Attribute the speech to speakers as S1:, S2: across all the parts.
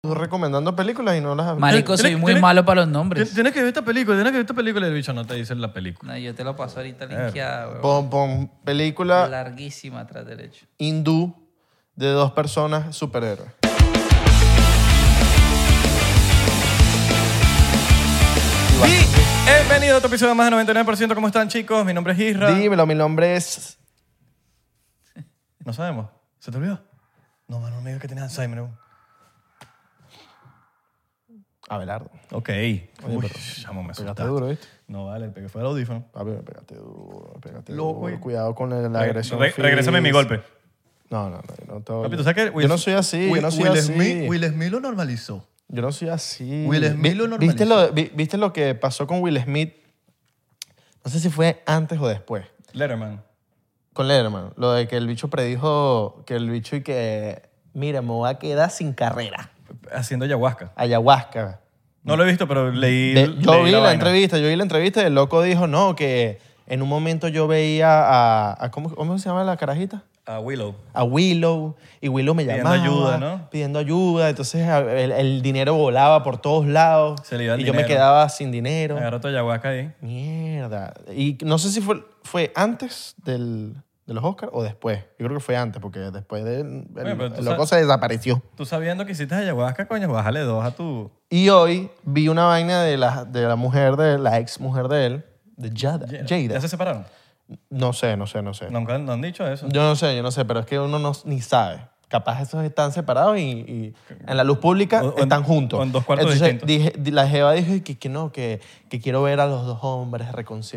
S1: Tú recomendando películas y no las has visto.
S2: Marico, soy
S3: Tienes-
S2: muy
S3: tienes-
S2: malo para los nombres.
S3: Tien- Tienes que ver esta película, tienes que ver esta película y el bicho no te dice la película.
S2: No, yo te lo paso ahorita
S1: Eh.
S2: linkeada, weón.
S1: Pon, pon película
S2: Larguísima atrás derecho.
S1: hindú de dos personas superhéroes.
S3: Bienvenido a otro episodio más de 99%. ¿Cómo están, chicos? Mi nombre es Isra.
S1: Dímelo, mi nombre es...
S3: No sabemos. ¿Se te olvidó? No, mano, no me digas que tienes Alzheimer. weón.
S1: Abelardo.
S3: Ok. Uy, chamo, me
S1: Pégate
S3: asustaste.
S1: duro, ¿viste?
S3: No vale, el pegué fue el audífono.
S1: Papi, pégate duro, pégate
S3: Loco,
S1: duro.
S3: y-
S1: Cuidado con la, la
S3: Re-
S1: agresión.
S3: re- regrésame mi
S1: física.
S3: golpe.
S1: No, no, no. Yo no, te odio.
S3: Papi, ¿tú sabes que Will-
S1: yo no soy así, yo
S4: Will,
S1: no soy
S4: Will
S1: así.
S4: Smith, Will Smith lo normalizó.
S1: Yo no soy así.
S4: Will Smith
S1: Vi-
S4: lo
S1: ¿viste
S4: normalizó.
S1: lo, vi- ¿Viste lo que pasó con Will Smith? No sé si fue antes o después.
S3: Letterman.
S1: Con Letterman. Lo de que el bicho predijo que el bicho y que... Mira, me voy a quedar sin carrera.
S3: Haciendo ayahuasca.
S1: Ayahuasca.
S3: No lo he visto, pero leí.
S1: De-
S3: leí
S1: yo vi la,
S3: vaina.
S1: entrevista, yo vi la entrevista y el loco dijo, no, que en un momento yo veía a... a- ¿cómo, cómo se llama la carajita?
S3: A Willow.
S1: A Willow, y Willow me
S3: Pidiendo
S1: llamaba.
S3: ayuda, ¿no?
S1: Pidiendo ayuda, entonces a- el, el dinero volaba por todos lados.
S3: Se le iba el
S1: y yo me
S3: dinero. Ah,
S1: quedaba sin dinero.
S3: Agarra tu ayahuasca ahí.
S1: Mierda. Y no sé si fue, fue antes del, de los Oscars o después. Yo creo que fue antes, porque después de él, el,
S3: Bueno, pero tú
S1: el loco se desapareció.
S3: Tú sabiendo que hiciste ayahuasca, coño, bájale dos a tu.
S1: Y hoy vi una vaina de la, de la mujer, de la ex mujer de él, de Jada.
S3: ¿Ya
S1: Jada.
S3: se separaron?
S1: No sé, no sé, no sé.
S3: Nunca no han dicho eso.
S1: Yo no sé, yo no sé, pero es que uno no, ni sabe. Capaz esos están separados y, y en la luz pública
S3: O- o en-
S1: están juntos.
S3: o en dos cuartos
S1: Entonces,
S3: distintos.
S1: dije- di- la Jeva dijo que, que no, que, que quiero ver a los dos hombres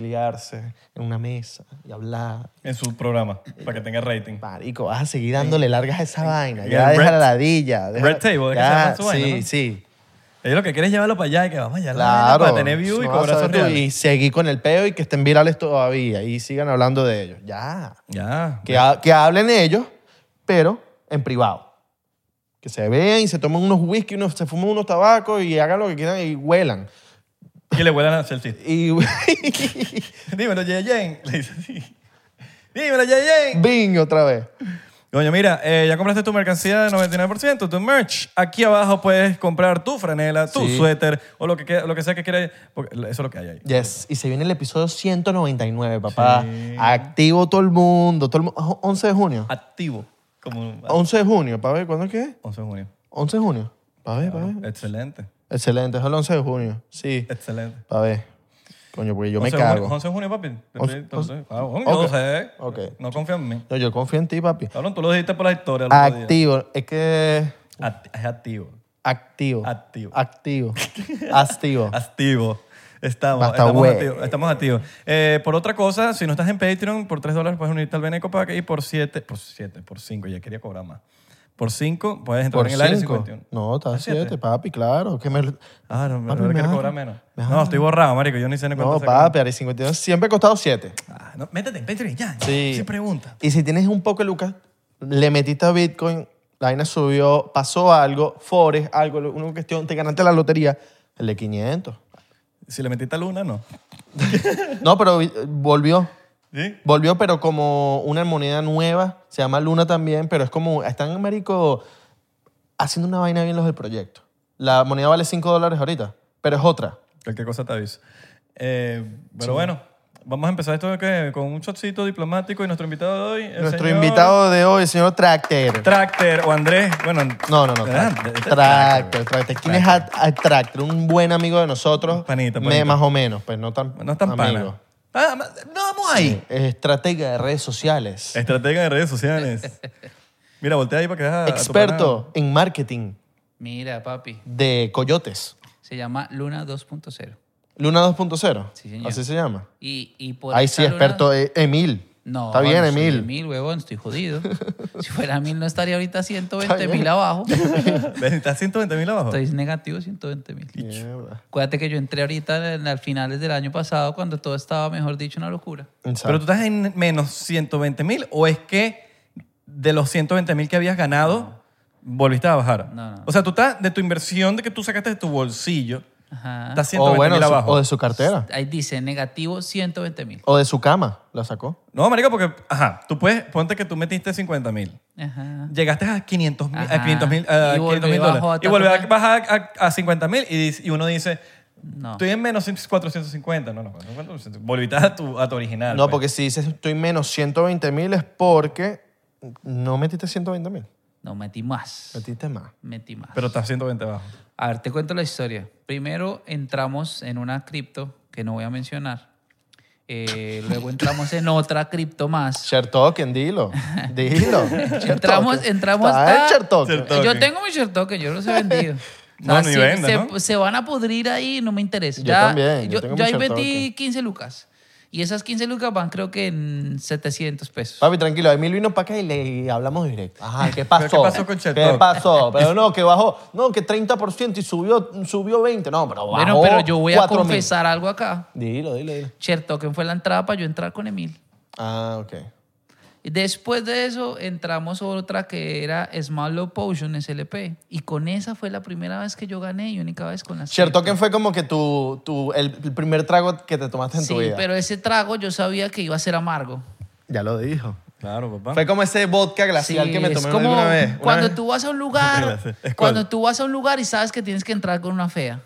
S1: reconciliarse en una mesa y hablar.
S3: En su programa, para que tenga rating.
S1: Marico, vas a seguir dándole largas a esa vaina.
S3: en
S1: Ya
S3: el
S1: deja
S3: Red-
S1: la ladilla. deja-
S3: Red Table, es que se
S1: ya,
S3: llama su vaina,
S1: Sí,
S3: ¿no?
S1: sí.
S3: Ellos lo que quieren es llevarlo para allá y que vamos allá a la vaina
S1: Claro.
S3: para tener view y
S1: no vas a
S3: cobrar esos
S1: ver tú,
S3: reales.
S1: Y seguí con el peo y que estén virales todavía y sigan hablando de ellos. Ya.
S3: Ya.
S1: Que, ha- que hablen ellos, pero en privado. Que se vean y se tomen unos whisky, unos, se fumen unos tabacos y hagan lo que quieran y huelan.
S3: Que le vuelan a selfie.
S1: Y
S3: Dímelo, Yeyen. Le dice así. Dímelo, Yeyen.
S1: bing otra vez.
S3: Coño, mira, eh, ya compraste tu mercancía de 99%, tu merch. Aquí abajo puedes comprar tu franela, tu
S1: Sí.
S3: suéter o lo que, que- lo que sea que quieras. porque Eso es lo que hay ahí.
S1: Yes. Y se viene el episodio 199, papá. Activo todo el mundo. Todo el mu- Ojo, 11 de junio.
S3: Activo. Como
S1: 11 de junio, para ver, ¿cuándo es que es?
S3: 11 de junio.
S1: 11 de junio. Para ver, para ver.
S3: Excelente.
S1: Excelente, es el 11 de junio. Sí.
S3: Excelente.
S1: Para ver. Coño, porque yo me
S3: 11 de junio-
S1: cago.
S3: 11 de junio, papi.
S1: Once-
S3: Te- te- te- ah, bueno,
S1: Ok.
S3: No sé.
S1: Ok.
S3: No confía en mí.
S1: No, yo confío en ti, papi.
S3: Cabrón, tú lo dijiste por la historia. el otro día.
S1: Activo. Es que...
S3: Act- Es activo.
S1: Activo.
S3: Activo.
S1: Activo. Activo.
S3: Activo. Estamos,
S1: Basta,
S3: estamos,
S1: güey.
S3: activos, estamos activos. Eh, por otra cosa, si no estás en Patreon, por 3 dólares puedes unirte al Beneco Pack y por 7, por 7, por 5, ya quería cobrar más. Por 5 puedes entrar
S1: Por
S3: en el área
S1: cinco.
S3: 51.
S1: No, está
S3: ¿Es siete?
S1: siete, papi, claro. Que me...
S3: Ah, no,
S1: Papi,
S3: no
S1: me
S3: quiero
S1: abre,
S3: cobrar menos.
S1: me
S3: no, estoy borrado, marico, yo ni sé ni cuánto
S1: No,
S3: sé.
S1: papi, Ari 52 siempre ha costado 7.
S3: Ah, no, métete en Patreon ya.
S1: Sí.
S3: Sin pregunta.
S1: Y si tienes un poco de lucas, le metiste a Bitcoin, la vaina subió, pasó algo, Forex, algo, una cuestión, te ganaste la lotería, el de 500.
S3: Si le metiste a Luna, no.
S1: No, pero vi- volvió.
S3: ¿Sí?
S1: Volvió, pero como una moneda nueva, se llama Luna también, pero es como, están, marico, haciendo una vaina bien los del proyecto. La moneda vale 5 dólares ahorita, pero es otra.
S3: Cualquier cosa te aviso. Eh, pero bueno, vamos a empezar esto ¿qué? con un shotcito diplomático y nuestro invitado de hoy. el
S1: Nuestro
S3: señor
S1: invitado de hoy, el señor Tracter.
S3: Tractor o Andrés. Bueno,
S1: no, no, no.
S3: ¿verdad?
S1: Tractor,
S3: Este es
S1: Tractor. Tractor. ¿Quién es Ad- Ad Tractor? Un buen amigo de nosotros.
S3: Panita,
S1: Me-
S3: panita.
S1: más o menos, pues no tan,
S3: No es tan
S1: amigo.
S3: pana. Ah, ma- no vamos ahí.
S1: Es Estratega de redes sociales.
S3: Estratega de redes sociales. Mira, voltea ahí para que veas a- a tu pana.
S1: Experto en marketing
S2: Mira, papi.
S1: de coyotes.
S2: Se llama Luna 2.0.
S1: Luna 2.0.
S2: Sí, señor.
S1: Así se llama.
S2: Y, y por
S1: Ahí
S2: esa
S1: sí,
S2: luna-
S1: experto eh, Emil.
S2: No.
S1: Está bien,
S2: no soy
S1: Emil.
S2: Emil, huevón, estoy jodido. si fuera Emil, no estaría ahorita 120
S1: Está bien.
S2: mil abajo.
S3: Ven, Está 120 mil abajo.
S2: Estoy negativo 120 mil.
S1: Mierda.
S2: Acuérdate que yo entré ahorita en- al finales del año pasado cuando todo estaba, mejor dicho, una locura.
S1: Exacto.
S3: Pero tú estás en menos 120 mil o es que de los 120 mil que habías ganado volviste a bajar.
S2: No, no.
S3: O sea, tú estás de tu inversión de que tú sacaste de tu bolsillo.
S2: Ajá.
S3: Está 120
S1: O bueno,
S3: mil
S1: su-
S3: abajo.
S1: o de su cartera.
S2: Ahí dice negativo 120 mil.
S1: O de su cama, la sacó.
S3: No, marico, porque, ajá, tú puedes, ponte que tú metiste 50 mil.
S2: Ajá.
S3: Llegaste a 500 mil,
S2: Ajá.
S3: a 500 mil,
S2: Y volvió
S3: dólares.
S2: abajo a
S3: y volvió a
S2: tanto-
S3: bajar a, a, 50 mil y, dice- y uno dice,
S2: No.
S3: estoy en menos 450. No, no, 450. volviste a tu, a tu original.
S1: No,
S3: pues.
S1: porque si dices estoy menos 120 mil es porque no metiste 120 mil,
S2: No, metí más.
S1: metiste más.
S2: Metí más.
S3: Pero estás 120 abajo.
S2: A ver, te cuento la historia. Primero entramos en una cripto que no voy a mencionar. Eh, luego entramos en otra cripto más.
S1: Share token, dilo. Dilo. Share
S2: Entramos-
S1: token.
S2: entramos
S1: Está en
S2: a-
S1: share token.
S3: Share token.
S2: Yo tengo mi share token, yo los he vendido.
S3: No, ni
S2: sí,
S3: venda,
S2: se,
S3: ¿no?
S2: se van a pudrir ahí, no me interesa.
S1: Yo
S2: ya,
S1: también, yo
S2: Yo,
S1: tengo mi
S2: yo ahí
S1: share
S2: metí
S1: token.
S2: 15 lucas. Y esas 15 lucas van creo que en 700 pesos.
S1: Papi, tranquilo, Emil vino para acá y le y hablamos directo. Ajá, ¿qué pasó?
S3: ¿Pero qué pasó con share
S1: ¿Qué
S3: token?
S1: pasó? Pero no, que bajó, no, que 30% y subió, subió 20. No, pero bajó
S2: bueno, pero yo voy a
S1: 4.000.
S2: confesar algo acá.
S1: Dilo, dilo, dilo.
S2: Share token fue la entrada para yo entrar con Emil.
S1: Ah, ok.
S2: Y Después de eso entramos a otra que era Small Low Potion SLP y con esa fue la primera vez que yo gané y única vez con la
S1: Share
S2: cripto.
S1: token fue como que tu, tu, el, el primer trago que te tomaste en
S2: Sí,
S1: tu vida.
S2: pero ese trago yo sabía que iba a ser amargo.
S1: Ya lo dijo.
S3: Claro, papá.
S1: Fue como ese vodka glacial
S2: Sí,
S1: que me
S2: es
S1: tomé
S2: como
S1: alguna vez. Una
S2: cuando
S1: vez-
S2: tú vas a un
S3: Una
S2: lugar,
S3: vez, es
S2: cuando
S3: cual.
S2: tú vas a un lugar y sabes que tienes que entrar con una fea.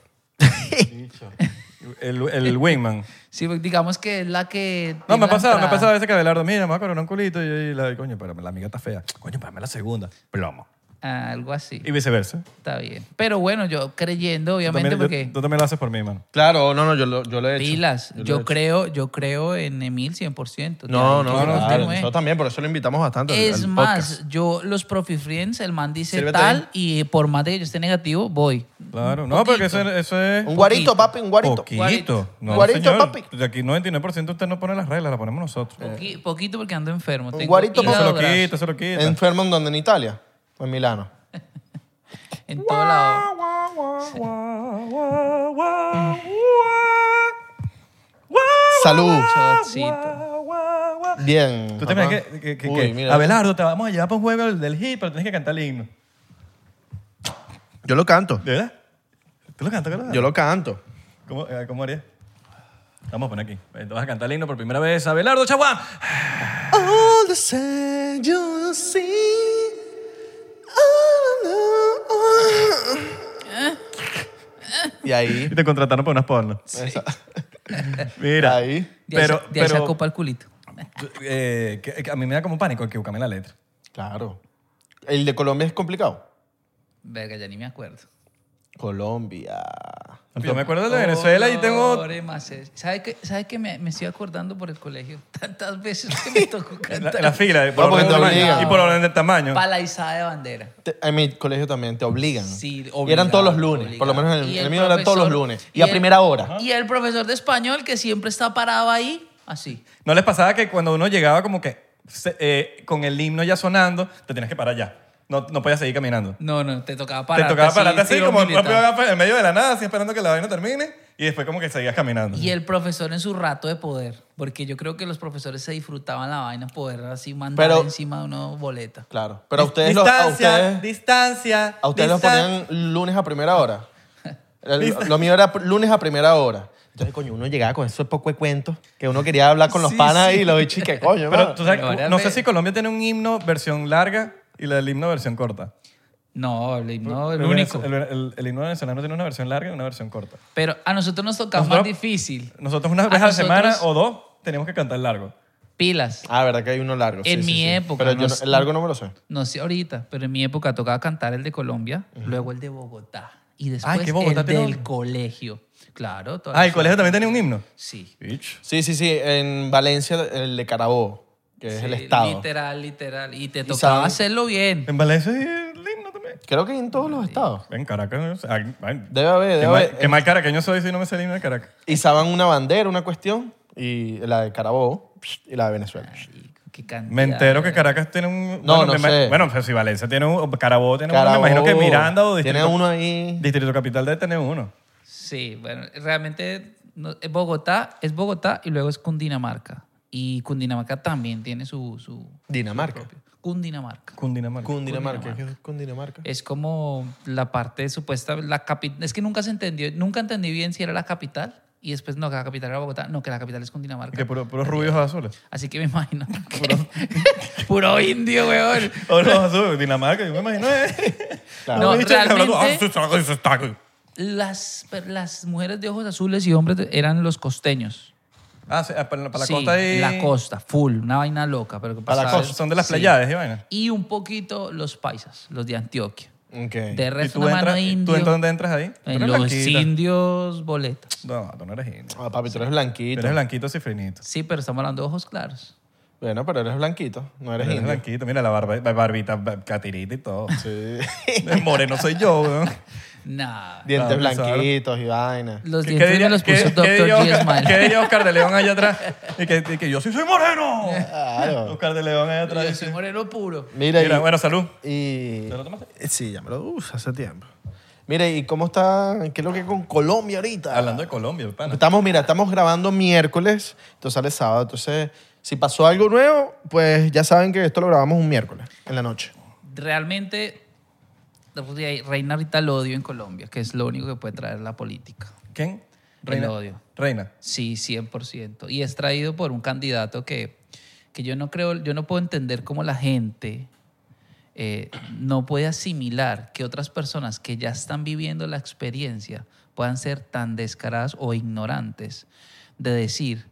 S3: El, el wingman.
S2: Sí, pues, digamos que es la que
S3: No,
S2: tiene
S3: me ha
S2: la
S3: pasado, me ha
S2: entrada.
S3: pasado a veces que Abelardo, mira, me va a coronar un culito y yo y la coño, pero la amiga está fea. Coño, párame la segunda. Plomo.
S2: Ah, algo así.
S3: Y viceversa. Tú
S2: Está bien. Pero bueno, yo creyendo obviamente
S3: también- yo-
S2: porque
S3: Tú también lo haces por mí, mano.
S1: Claro, no, no, yo lo, yo lo he hecho.
S2: Pilas,
S1: lo
S2: yo,
S1: he hecho.
S2: creo, yo creo en Emil 100%.
S1: No, no,
S2: Usted
S1: claro,
S2: no es.
S1: nosotros también, por eso lo invitamos bastante. al-
S2: Es
S1: al podcast.
S2: más, yo los Profi Friends, el man dice
S1: Sírvete
S2: tal y por más de que yo esté negativo, voy.
S3: Claro. No, porque eso, es- eso es.
S1: Un guarito, papi, un guarito.
S3: Poquito. No,
S1: Guarito,
S3: señor.
S1: papi. Eh,
S3: De aquí 99% usted no pone las reglas, las ponemos nosotros.
S2: Poqui- poquito porque ando enfermo. Tengo
S1: guarito,
S3: No se
S2: hígado
S3: lo
S2: graso.
S3: quita, se lo quita.
S1: Enfermo en donde, en Italia, o en Milano.
S2: En todo lado.
S3: Guau, guau, guau, guau, guau, guau,
S1: Salud.
S2: Shotcito.
S3: guau, guau, guau.
S1: Bien.
S3: Tú te
S1: papá.
S3: imaginas que, que, que-
S1: Uy,
S3: que,
S1: mira.
S3: Abelardo, te vamos a llevar para un juego del- del hit, pero tienes que cantar el himno.
S1: Yo lo canto.
S3: ¿De verdad? ¿Tú lo cantas, Abelardo?
S1: Yo lo canto.
S3: ¿Cómo, eh, ¿Cómo harías? Vamos a poner aquí. Te vas a cantar el himno por primera vez. Abelardo Chaguán.
S1: All the sand you see, all I know. Y ahí.
S3: Y te contrataron para unas porno.
S1: esa-
S3: Mira.
S1: Ahí.
S2: De ahí
S3: Pero,
S2: sa- de ahí
S3: pero
S2: sacó pa'l culito.
S3: eh, que- que a mí me da como pánico equivocarme la letra.
S1: Claro. ¿El de Colombia es complicado?
S2: Verga, ya ni me acuerdo.
S1: Colombia.
S3: Yo me acuerdo de Venezuela y tengo...
S2: Ore, Macés. ¿Sabe qué, sabe qué me, me estoy acordando por el colegio? Tantas veces que me tocó
S3: La,
S2: cantar.
S3: la fila, eh, por
S1: No, porque
S3: orden
S1: te
S3: del tamaño.
S1: obligan.
S3: Y por orden del tamaño.
S2: Pa' la izada de bandera.
S1: Te- En mi colegio también, te obligan.
S2: Sí,
S1: y eran
S2: obligado,
S1: todos los lunes, por lo
S2: obligado.
S1: menos en el,
S2: Y
S1: en el mío eran todos los
S2: profesor-
S1: lunes. Y, a
S2: el-
S1: primera hora.
S2: Y el profesor de español que siempre está parado ahí, así.
S3: ¿No les pasaba que cuando uno llegaba como que se- eh, con el himno ya sonando, te tenías que parar ya? No, no podías seguir caminando.
S2: No, no, te tocaba pararte
S3: te tocaba pararte así,
S2: estilo
S3: como en
S2: militar.
S3: propio- en medio de la nada, así esperando que la vaina termine y después como que seguías caminando.
S2: Y el profesor en su rato de poder, porque yo creo que los profesores se disfrutaban la vaina, poder así mandar
S1: Pero-
S2: encima de una boleta.
S1: Claro. Pero a ustedes, los, a
S3: distancia,
S1: ustedes,
S3: distancia.
S1: a ustedes los
S3: distan-
S1: ponían lunes a primera hora. Era- Lo, lo mío era pr- lunes a primera hora. Entonces, coño, uno llegaba con esos pocos cuentos que uno quería hablar con los
S3: Sí,
S1: panas
S3: sí.
S1: y los bichos, que coño,
S3: Pero
S1: mano?
S3: tú sabes,
S2: No, era
S3: no sé
S2: me-
S3: si Colombia tiene un himno versión larga y la del himno versión corta.
S2: No, el himno, el
S3: Pero
S2: único.
S3: El, el- el himno venezolano tiene una versión larga y una versión corta.
S2: Pero a nosotros nos tocaba más
S3: Nosotros-
S2: difícil.
S3: Nosotros una
S2: A
S3: vez a la semana
S2: Ah, nosotros-
S3: o dos tenemos que cantar largo.
S2: Pilas.
S1: Ah, verdad que hay uno largo. sí,
S2: En
S1: sí,
S2: mi
S1: sí.
S2: época,
S1: Pero yo
S2: no
S1: no-
S2: sé.
S1: el largo no me lo sé.
S2: No sé ahorita, pero en mi época tocaba cantar el de Colombia, luego el de Bogotá y después
S3: que Bogotá
S2: el
S3: tiene
S2: del
S3: uno.
S2: colegio. Claro, todavía
S3: Ah, el
S2: sí.
S3: colegio también tenía un himno.
S2: Sí.
S1: Sí, sí, sí. En Valencia, el de Carabobo, que es el
S2: Sí,
S1: estado.
S2: Literal, literal. Y te
S1: saben-
S2: tocaba hacerlo bien.
S3: En Valencia hay el himno también.
S1: Creo que en todos los estados.
S3: En Caracas. ay, ay,
S1: Debe haber,
S3: qué,
S1: debe
S3: mal,
S1: haber.
S3: qué mal caraqueño soy si no me sé el himno de Caracas.
S1: izaban una bandera, una cuestión, y la de Carabobo y la de Venezuela.
S2: Ay, qué cantidad.
S3: Me entero que Caracas tiene un.
S1: No, no
S3: me ima-
S1: sé.
S3: Bueno, si Valencia tiene un. Carabobo tiene
S1: Carabobo,
S3: uno. Me imagino que Miranda o Distrito,
S1: Tiene uno ahí.
S3: Distrito Capital debe tener uno.
S2: Sí, bueno, realmente no- eh, Bogotá es Bogotá y luego es Cundinamarca. Y Cundinamarca también tiene su... su
S1: Dinamarca.
S2: propio. Cundinamarca.
S3: Cundinamarca.
S1: Cundinamarca. ¿Qué es Cundinamarca?
S2: Es como la parte supuesta, la capital. Es que nunca se entendió, nunca entendí bien si era la capital y después no, que la capital era Bogotá, no, que la capital es
S3: Y que
S2: Cundinamarca.
S3: puro- puros rubios azules.
S2: Así que me imagino que puro, indio, weón.
S3: O los azules, Dinamarca, yo me imagino. eh.
S1: Claro.
S2: No,
S3: Los bichos que hablan,
S2: realmente-
S3: "Ah, sus tacos y sus tacos".
S2: Las, per- las mujeres de ojos azules y hombres de- eran los costeños.
S3: Ah, sí, ah, para la, para la
S2: Sí,
S3: costa ahí.
S2: La costa, full, una vaina loca. Pero que
S3: Para la
S2: pasaba-
S3: costa, son de las
S2: sí.
S3: playas, y vaina.
S2: Y un poquito los paisas, los de Antioquia.
S1: Ok.
S2: De
S3: ¿Y
S2: resto,
S3: tú
S2: una mano
S3: entras,
S2: indio.
S3: ¿Tú entras dónde entras ahí? Tú
S2: en
S3: eres
S2: los
S3: blanquita.
S2: indios boletas.
S3: No, tú no eres indio.
S1: Ah, papi, tú eres
S3: Tú
S1: blanquito.
S3: eres blanquito cifrinito.
S2: Sí, pero estamos hablando de ojos claros.
S1: Bueno, pero eres blanquito, no eres,
S3: Eres
S1: indio.
S3: blanquito. Mira la barba, la barbita, ba- catirita y todo.
S1: Sí.
S3: El moreno soy yo, weón.
S2: Nah.
S1: Dientes
S3: Claro, claro.
S1: blanquitos y vaina.
S2: Los
S3: ¿Qué, qué
S2: dientes me
S3: diría,
S2: los
S3: qué-
S2: puso Dr.
S3: qué diría
S2: G.
S3: Oscar,
S2: Smile.
S3: ¿Qué diría Oscar de León allá atrás? Y que, y que yo sí soy moreno.
S2: Ah,
S1: Claro.
S3: Oscar de León allá atrás.
S2: Yo soy moreno puro.
S1: Mira,
S3: Mira,
S1: y-
S3: bueno, salud.
S1: y...
S3: ¿Te lo tomaste?
S1: Sí, ya me lo uf, hace tiempo. Mira, ¿y cómo está? ¿Qué es lo que con Colombia ahorita?
S3: Hablando de Colombia, pana.
S1: Estamos, mira, estamos grabando miércoles, entonces sale sábado. Entonces, si pasó algo nuevo, pues ya saben que esto lo grabamos un miércoles, en la noche.
S2: Realmente re- reina ahorita el odio en Colombia, que es lo único que puede traer la política.
S3: ¿Quién?
S2: El
S3: Reina.
S2: odio.
S3: Reina.
S2: Sí, 100%. Y es traído por un candidato que, que yo no creo, yo no puedo entender cómo la gente eh, no puede asimilar que otras personas que ya están viviendo la experiencia puedan ser tan descaradas o ignorantes de decir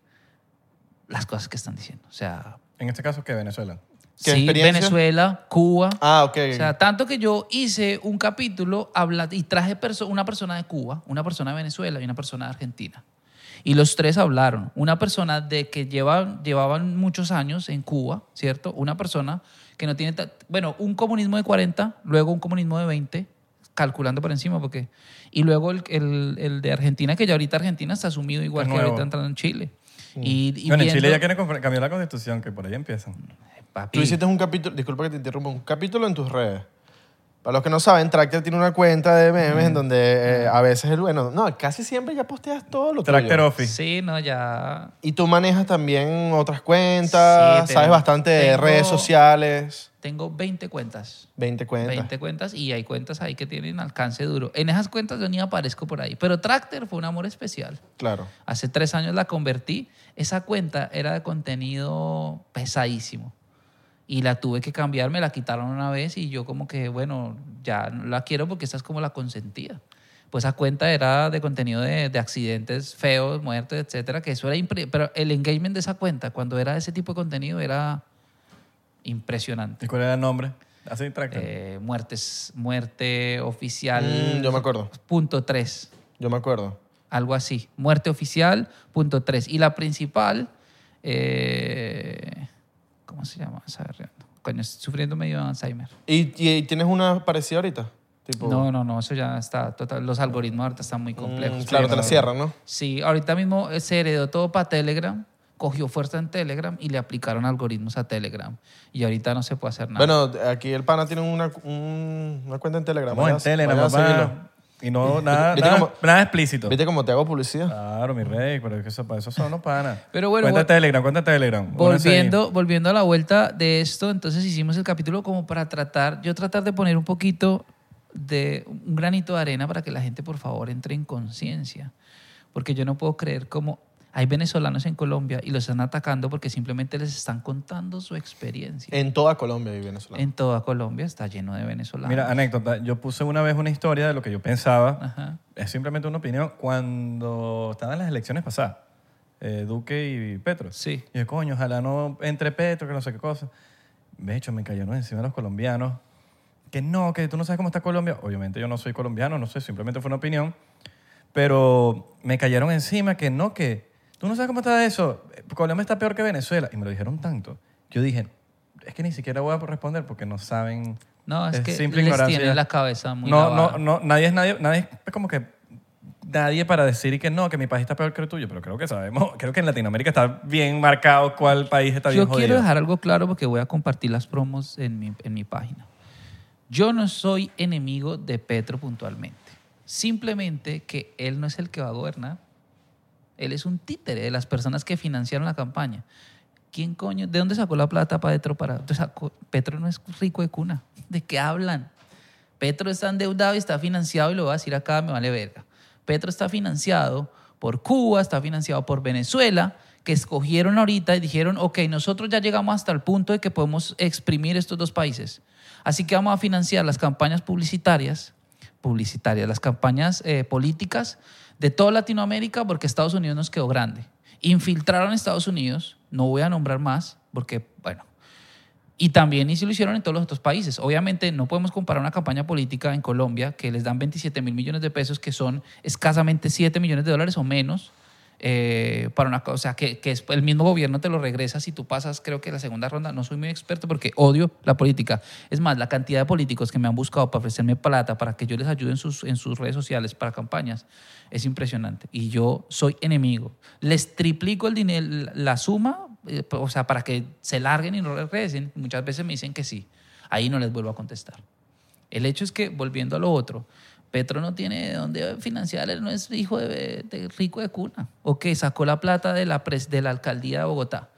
S2: las cosas que están diciendo. O sea,
S3: En este caso, ¿qué? Venezuela.
S1: ¿Qué
S2: sí,
S1: experiencia?
S2: Venezuela, Cuba.
S1: Ah, ok.
S2: O sea, tanto que yo hice un capítulo habla- y traje perso- una persona de Cuba, una persona de Venezuela y una persona de Argentina. Y los tres hablaron. Una persona de que llevan, llevaban muchos años en Cuba, ¿cierto? Una persona que no tiene... ta- Bueno, un comunismo de 40, luego un comunismo de 20, calculando por encima, porque... Y luego el, el- el de Argentina, que ya ahorita Argentina está sumido igual
S3: Es
S2: que
S3: nuevo. Mm.
S2: ahorita entrando en Chile. Y, y
S3: bueno, en Chile
S2: viendo-
S3: ya quieren compra- cambiar la constitución, que por ahí empiezan.
S2: Papi,
S1: Tú hiciste un capítulo, disculpa que te interrumpa, un capítulo en tus redes. Para los que no saben, Tractor tiene una cuenta de memes en donde eh, a veces el bueno, no, casi siempre ya posteas todo lo tuyo.
S3: Tractor Office.
S2: Sí, no, ya...
S1: Y tú manejas también otras cuentas,
S2: Sí, pero
S1: sabes bastante de
S2: tengo-
S1: redes sociales,
S2: Tengo 20 cuentas.
S1: 20 cuentas.
S2: 20 cuentas y hay cuentas ahí que tienen alcance duro. En esas cuentas yo ni aparezco por ahí. Pero Tractor fue un amor especial.
S1: Claro.
S2: Hace tres años la convertí. Esa cuenta era de contenido pesadísimo. Y la tuve que cambiar, me la quitaron una vez y yo como que, bueno, ya no la quiero porque esa es como la consentía. Pues esa cuenta era de contenido de, de accidentes feos, muertes, etcétera, que eso era... impre- Pero el engagement de esa cuenta, cuando era ese tipo de contenido, era impresionante.
S3: ¿Y cuál era el nombre? Así, Tractor.
S2: Eh, muertes, muerte oficial.
S1: Mm, yo me acuerdo.
S2: Punto 3,
S1: Yo me acuerdo.
S2: algo así. Muerte oficial, punto 3. Y la principal, eh, ¿cómo se llama? esa verga? Coño, estoy sufriendo medio de Alzheimer.
S1: ¿Y, y- y tienes una parecida ahorita? Tipo,
S2: No, no, no, eso ya está total. Los algoritmos ahorita están muy complejos.
S1: Mm, claro,
S3: Sí,
S1: te la
S3: no.
S1: cierran, ¿no?
S2: Sí, ahorita mismo eh, se heredó todo para Telegram, cogió fuerza en Telegram y le aplicaron algoritmos a Telegram. Y ahorita no se puede hacer nada.
S1: Bueno, aquí el pana tiene una, un- una cuenta en Telegram.
S3: Vamos en
S1: Vaya-
S3: Telegram,
S1: vaya a seguirlo.
S3: papá. Y no, nada,
S1: viste
S3: nada,
S1: cómo-
S3: nada explícito.
S1: ¿Viste cómo te hago
S2: Ah,
S1: publicidad?
S3: Claro, mi rey, pero es que eso, para eso son los panas.
S2: Pero bueno,
S3: Cuenta
S2: vol-
S3: Telegram, cuenta Telegram. Únanse ahí.
S2: Volviendo, volviendo a la vuelta de esto, entonces hicimos el capítulo como para tratar, yo tratar de poner un poquito de un granito de arena para que la gente por favor entre en conciencia, porque yo no puedo creer cómo hay venezolanos en Colombia y los están atacando porque simplemente les están contando su experiencia.
S1: En toda Colombia y Venezuela.
S2: En toda Colombia está lleno de venezolanos.
S3: Mira, anécdota. Yo puse una vez una historia de lo que yo pensaba.
S2: Ajá.
S3: Es simplemente una opinión. Cuando estaban las elecciones pasadas, eh, Duque y Petro.
S2: Sí.
S3: Y yo, coño, ojalá no entre Petro, que no sé qué cosa. De hecho, me cayeron encima los colombianos. Que no, que tú no sabes cómo está Colombia. Obviamente yo no soy colombiano, no sé, simplemente fue una opinión. Pero me cayeron encima que no, que tú no sabes cómo está eso. Colombia está peor que Venezuela. Y me lo dijeron tanto. Yo dije, es que ni siquiera voy a responder porque no saben.
S2: No, es que les tienen la cabeza muy
S3: No,
S2: lavada.
S3: no, no, nadie es nadie, nadie es como que nadie para decir que no, que mi país está peor que el tuyo, pero creo que sabemos, creo que en Latinoamérica está bien marcado cuál país está bien
S2: Yo
S3: jodido.
S2: quiero dejar algo claro porque voy a compartir las promos en mi, en mi página. Yo no soy enemigo de Petro puntualmente. Simplemente que él no es el que va a gobernar. Él es un títere de las personas que financiaron la campaña. ¿Quién coño? ¿De dónde sacó la plata para Petro? Para, o sea, co- Petro no es rico de cuna. ¿De qué hablan? Petro está endeudado y está financiado, y lo voy a decir acá, me vale verga. Petro está financiado por Cuba, está financiado por Venezuela, que escogieron ahorita y dijeron, ok, nosotros ya llegamos hasta el punto de que podemos exprimir estos dos países. Así que vamos a financiar las campañas publicitarias, publicitarias, las campañas eh, políticas de toda Latinoamérica porque Estados Unidos nos quedó grande. Infiltraron a Estados Unidos, no voy a nombrar más porque, bueno, y también y sí lo hicieron en todos los otros países. Obviamente no podemos comparar una campaña política en Colombia que les dan 27 mil millones de pesos, que son escasamente 7 millones de dólares o menos, eh, para una cosa, o sea, que, que es- el mismo gobierno te lo regresa si tú pasas, creo que la segunda ronda, no soy muy experto porque odio la política. Es más, la cantidad de políticos que me han buscado para ofrecerme plata, para que yo les ayude en sus, en sus redes sociales, para campañas, es impresionante. Y yo soy enemigo. Les triplico el dinero, la suma eh, o sea, para que se larguen y no regresen, muchas veces me dicen que sí. Ahí no les vuelvo a contestar. El hecho es que, volviendo a lo otro, Petro no tiene de dónde financiar, él no es hijo de, de rico de cuna, o que sacó la plata de la, pres- de la alcaldía de Bogotá.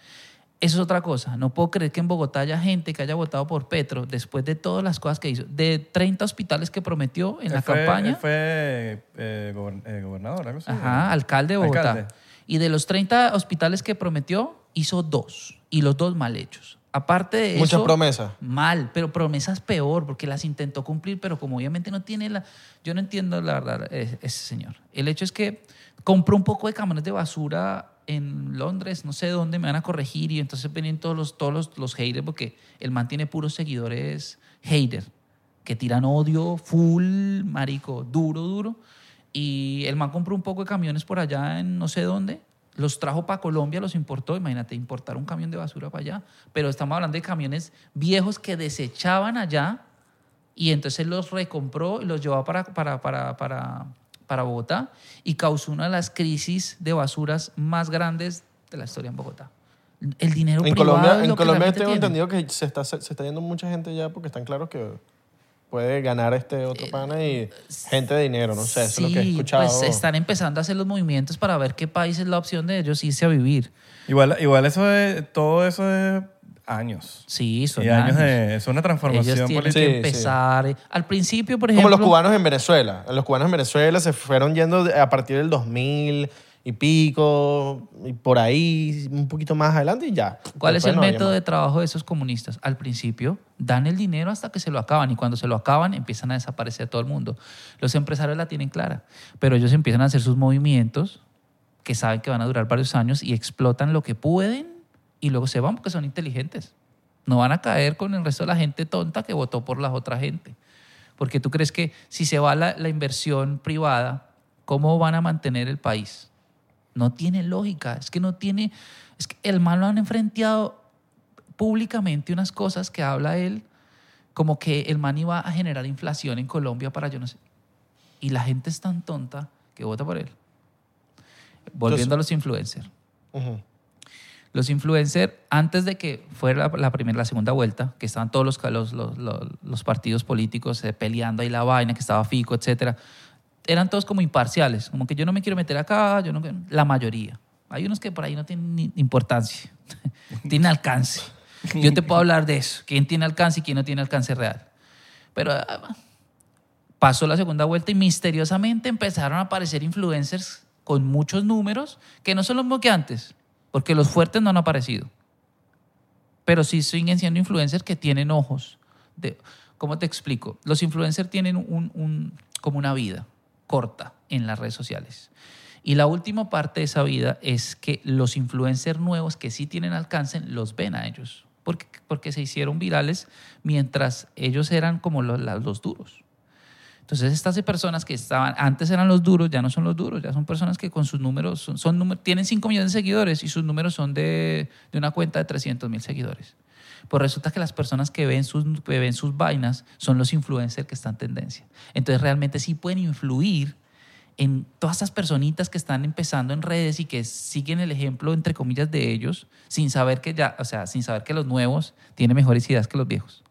S2: Eso es otra cosa. No puedo creer que en Bogotá haya gente que haya votado por Petro después de todas las cosas que hizo, de 30 hospitales que prometió en
S3: Él
S2: la
S3: fue-
S2: campaña.
S3: él fue eh, gober- eh, gobernador, algo así.
S2: Ajá, alcalde de Bogotá.
S3: Alcalde.
S2: Y de los 30 hospitales que prometió, hizo dos. Y los dos mal hechos. Aparte de
S1: Muchas
S2: eso.
S1: promesas.
S2: Mal, pero promesas peor, porque las intentó cumplir, pero como obviamente no tiene la. Yo no entiendo la verdad eh, ese señor. El hecho es que compró un poco de camiones de basura en Londres, no sé dónde me van a corregir, y entonces vienen todos los, todos los, los haters, porque el man tiene puros seguidores haters que tiran odio full, marico, duro, duro. Y el man compró un poco de camiones por allá en no sé dónde, los trajo para Colombia, los importó, imagínate, importar un camión de basura para allá. Pero estamos hablando de camiones viejos que desechaban allá y entonces los recompró y los llevó para, para, para, para, para Bogotá y causó una de las crisis de basuras más grandes de la historia en Bogotá. El dinero
S1: En
S2: privado es
S1: Colombia,
S2: lo
S1: en
S2: que
S1: Colombia
S2: realmente
S1: tengo
S2: tiene.
S1: entendido que se está, se está yendo mucha gente ya porque están claros que puede ganar este otro pana y gente de dinero, no sé, eso es lo que he escuchado.
S2: Eh, Pues están empezando a hacer los movimientos para ver qué país es la opción de ellos irse a vivir.
S3: Igual, igual eso es, todo eso es años.
S2: Sí, son
S3: y años, de, es una transformación
S2: Ellos tienen
S3: política.
S1: Sí,
S2: que
S1: sí.
S2: empezar. Al principio, por ejemplo.
S1: Como los cubanos en Venezuela. Los cubanos en Venezuela se fueron yendo de- a partir del 2000 y pico, y por ahí, un poquito más adelante y ya.
S2: ¿Cuál es
S1: Después pues
S2: el
S1: no había
S2: método
S1: más.
S2: de trabajo de esos comunistas? Al principio dan el dinero hasta que se lo acaban y cuando se lo acaban empiezan a desaparecer todo el mundo. Los empresarios la tienen clara, pero ellos empiezan a hacer sus movimientos que saben que van a durar varios años y explotan lo que pueden y luego se van porque son inteligentes. No van a caer con el resto de la gente tonta que votó por la otra gente. Porque tú crees que si se va la, la inversión privada, ¿cómo van a mantener el país? No tiene lógica. Es que no tiene. Es que el mal lo han enfrentado públicamente unas cosas que habla él, como que el man iba a generar inflación en Colombia para yo no sé. Y la gente es tan tonta que vota por él. Volviendo a los influencers.
S1: Ujú.
S2: Los influencers, antes de que fuera la, la primera, la segunda vuelta, que estaban todos los, los, los- los- los partidos políticos eh, peleando ahí la vaina, que estaba Fico, etcétera, eran todos como imparciales, como que yo no me quiero meter acá, yo no, la mayoría. Hay unos que por ahí no tienen ni importancia, tienen alcance. Yo te puedo hablar de eso, quién tiene alcance y quién no tiene alcance real. Pero ah, pasó la segunda vuelta y misteriosamente empezaron a aparecer influencers con muchos números que no son los mismos que antes, porque los fuertes no han aparecido. Pero sí siguen siendo influencers que tienen ojos. De, ¿Cómo te explico? Los influencers tienen un, un- como una vida corta en las redes sociales. Y la última parte de esa vida es que los influencers nuevos que sí tienen alcance los ven a ellos, porque, porque se hicieron virales mientras ellos eran como los- la- los duros. Entonces estas personas que estaban, antes eran los duros, ya no son los duros, ya son personas que con sus números, son, son númer- tienen 5 millones de seguidores y sus números son de, de una cuenta de 300 mil seguidores. Pues resulta que las personas que ven, sus, que ven sus vainas son los influencers que están en tendencia. Entonces realmente sí pueden influir en todas estas personitas que están empezando en redes y que siguen el ejemplo, entre comillas, de ellos, sin saber que ya, o sea, sin saber que los nuevos tienen mejores ideas que los viejos.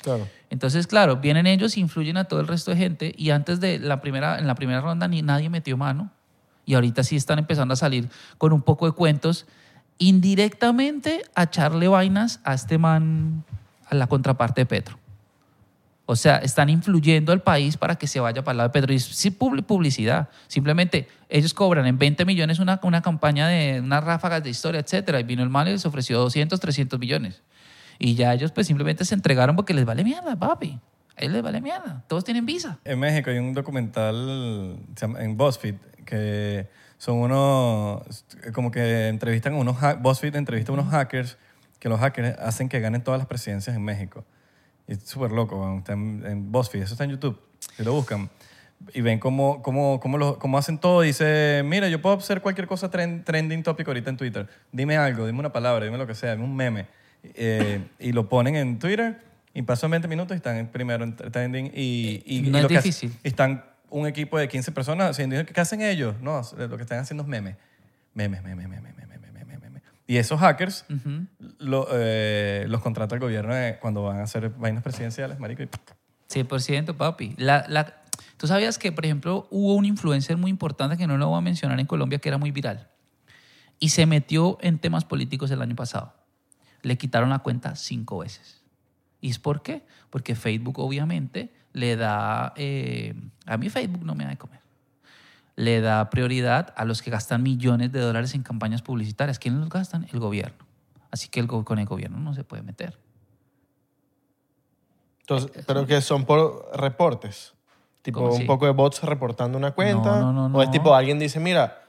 S1: Claro.
S2: Entonces, claro, vienen ellos, influyen a todo el resto de gente y antes de la primera, en la primera ronda ni nadie metió mano y ahorita sí están empezando a salir con un poco de cuentos indirectamente a echarle vainas a este man, a la contraparte de Petro. O sea, están influyendo al país para que se vaya para el lado de Petro. Y es sí, publi- publicidad. Simplemente ellos cobran en 20 millones una, una campaña de unas ráfagas de historia, etcétera. Y vino el mal y les ofreció 200, 300 millones. Y ya ellos pues simplemente se entregaron porque les vale mierda, papi. A ellos les vale mierda. Todos tienen visa.
S3: En México hay un documental se llama- en BuzzFeed que son unos, como que entrevistan a unos, ha- BuzzFeed entrevista a unos hackers que los hackers hacen que ganen todas las presidencias en México. Y es súper loco, weón. está en, en BuzzFeed, eso está en YouTube, si lo buscan. Y ven cómo, cómo, cómo, lo- cómo hacen todo. Dice, mira, yo puedo hacer cualquier cosa tren- trending topic ahorita en Twitter. Dime algo, dime una palabra, dime lo que sea, dime un meme. Eh, y lo ponen en Twitter y pasan 20 minutos y están en primero en trending. Y, y-
S2: No
S3: y
S2: es
S3: lo que hace-
S2: difícil.
S3: están un equipo de 15 personas haciendo, ¿qué hacen ellos? No, lo que están haciendo es memes. Memes, memes, memes, memes, memes, memes, memes. Y esos hackers lo- eh, los contrata el gobierno eh, cuando van a hacer vainas presidenciales, marico. y-
S2: 100%, papi. La, la- Tú sabías que, por ejemplo, hubo un influencer muy importante que no lo voy a mencionar en Colombia, que era muy viral. Y se metió en temas políticos el año pasado. Le quitaron la cuenta cinco veces. ¿Y es por qué? Porque Facebook, obviamente, le da. eh, a mí, Facebook no me da de comer. Le da prioridad a los que gastan millones de dólares en campañas publicitarias. ¿Quiénes los gastan? El gobierno. Así que el go- con el gobierno no se puede meter.
S1: Entonces, pero que son por reportes. Tipo
S2: ¿Cómo
S1: un
S2: así?
S1: poco de bots reportando una cuenta.
S2: No, no, no,
S1: o es
S2: no.
S1: tipo alguien dice, mira,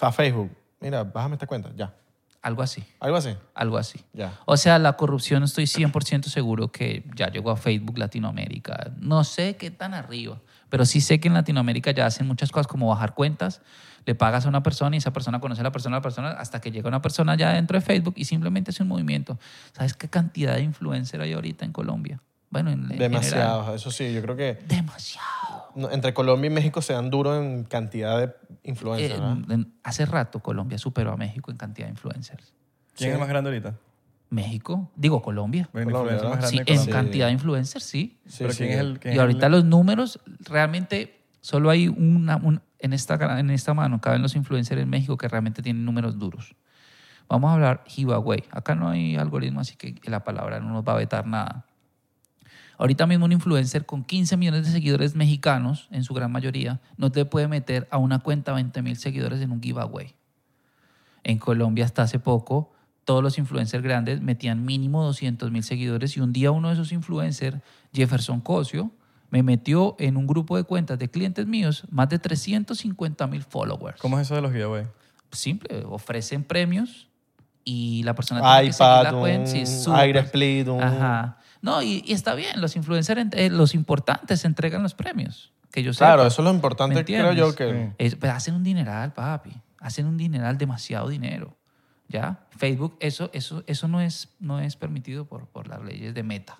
S1: a Facebook, mira, bájame esta cuenta, ya.
S2: Algo así.
S1: Algo así,
S2: Algo así.
S1: ya.
S2: O sea, la corrupción estoy 100% seguro que ya llegó a Facebook Latinoamérica. No sé qué tan arriba, pero sí sé que en Latinoamérica ya hacen muchas cosas como bajar cuentas, le pagas a una persona y esa persona conoce a la persona, a la persona, hasta que llega una persona ya dentro de Facebook y simplemente es un movimiento. ¿Sabes qué cantidad de influencer hay ahorita en Colombia? Bueno, en en general.
S1: Demasiados, eso sí, yo creo que
S2: Demasiado.
S1: no- entre Colombia y México se dan duro en cantidad de influencers,
S2: Eh,
S1: ¿verdad?
S2: en- hace rato Colombia superó a México en cantidad de influencers.
S3: ¿Quién es el más grande ahorita?
S2: México, digo Colombia.
S3: El
S1: Colombia,
S3: influencer más
S1: ¿verdad?
S2: Sí,
S3: grande de
S2: en
S1: Sí.
S3: Colombia.
S2: cantidad de influencers, sí.
S1: Sí,
S3: Pero
S1: sí.
S3: ¿quién es el que
S2: Y ahorita los números, realmente solo hay una, un- en, esta, gra- en esta mano, caben los influencers en México que realmente tienen números duros. Vamos a hablar Huawei. Acá no hay algoritmo, así que la palabra no nos va a vetar nada. Ahorita mismo un influencer con 15 millones de seguidores mexicanos, en su gran mayoría, no te puede meter a una cuenta 20 mil seguidores en un giveaway. En Colombia hasta hace poco, todos los influencers grandes metían mínimo 200 mil seguidores y un día uno de esos influencers, Jefferson Cosio, me metió en un grupo de cuentas de clientes míos más de 350 mil followers.
S3: ¿Cómo es eso de los giveaways?
S2: Simple, ofrecen premios y la persona tiene que seguir
S1: iPad,
S2: la
S1: un
S2: cuenta. Sí, súper.
S1: aire split, un...
S2: Ajá. No, y, y está bien, los influencers, ent- eh, los importantes entregan los premios. Que yo sepa.
S1: Claro, eso es lo importante,
S2: ¿Me
S1: creo yo, que...
S3: entiendes?
S2: Es- pues hacen un dineral, papi. Hacen un dineral, demasiado dinero. ¿Ya? Facebook, eso, eso, eso no, es, no es permitido por, por las leyes de meta.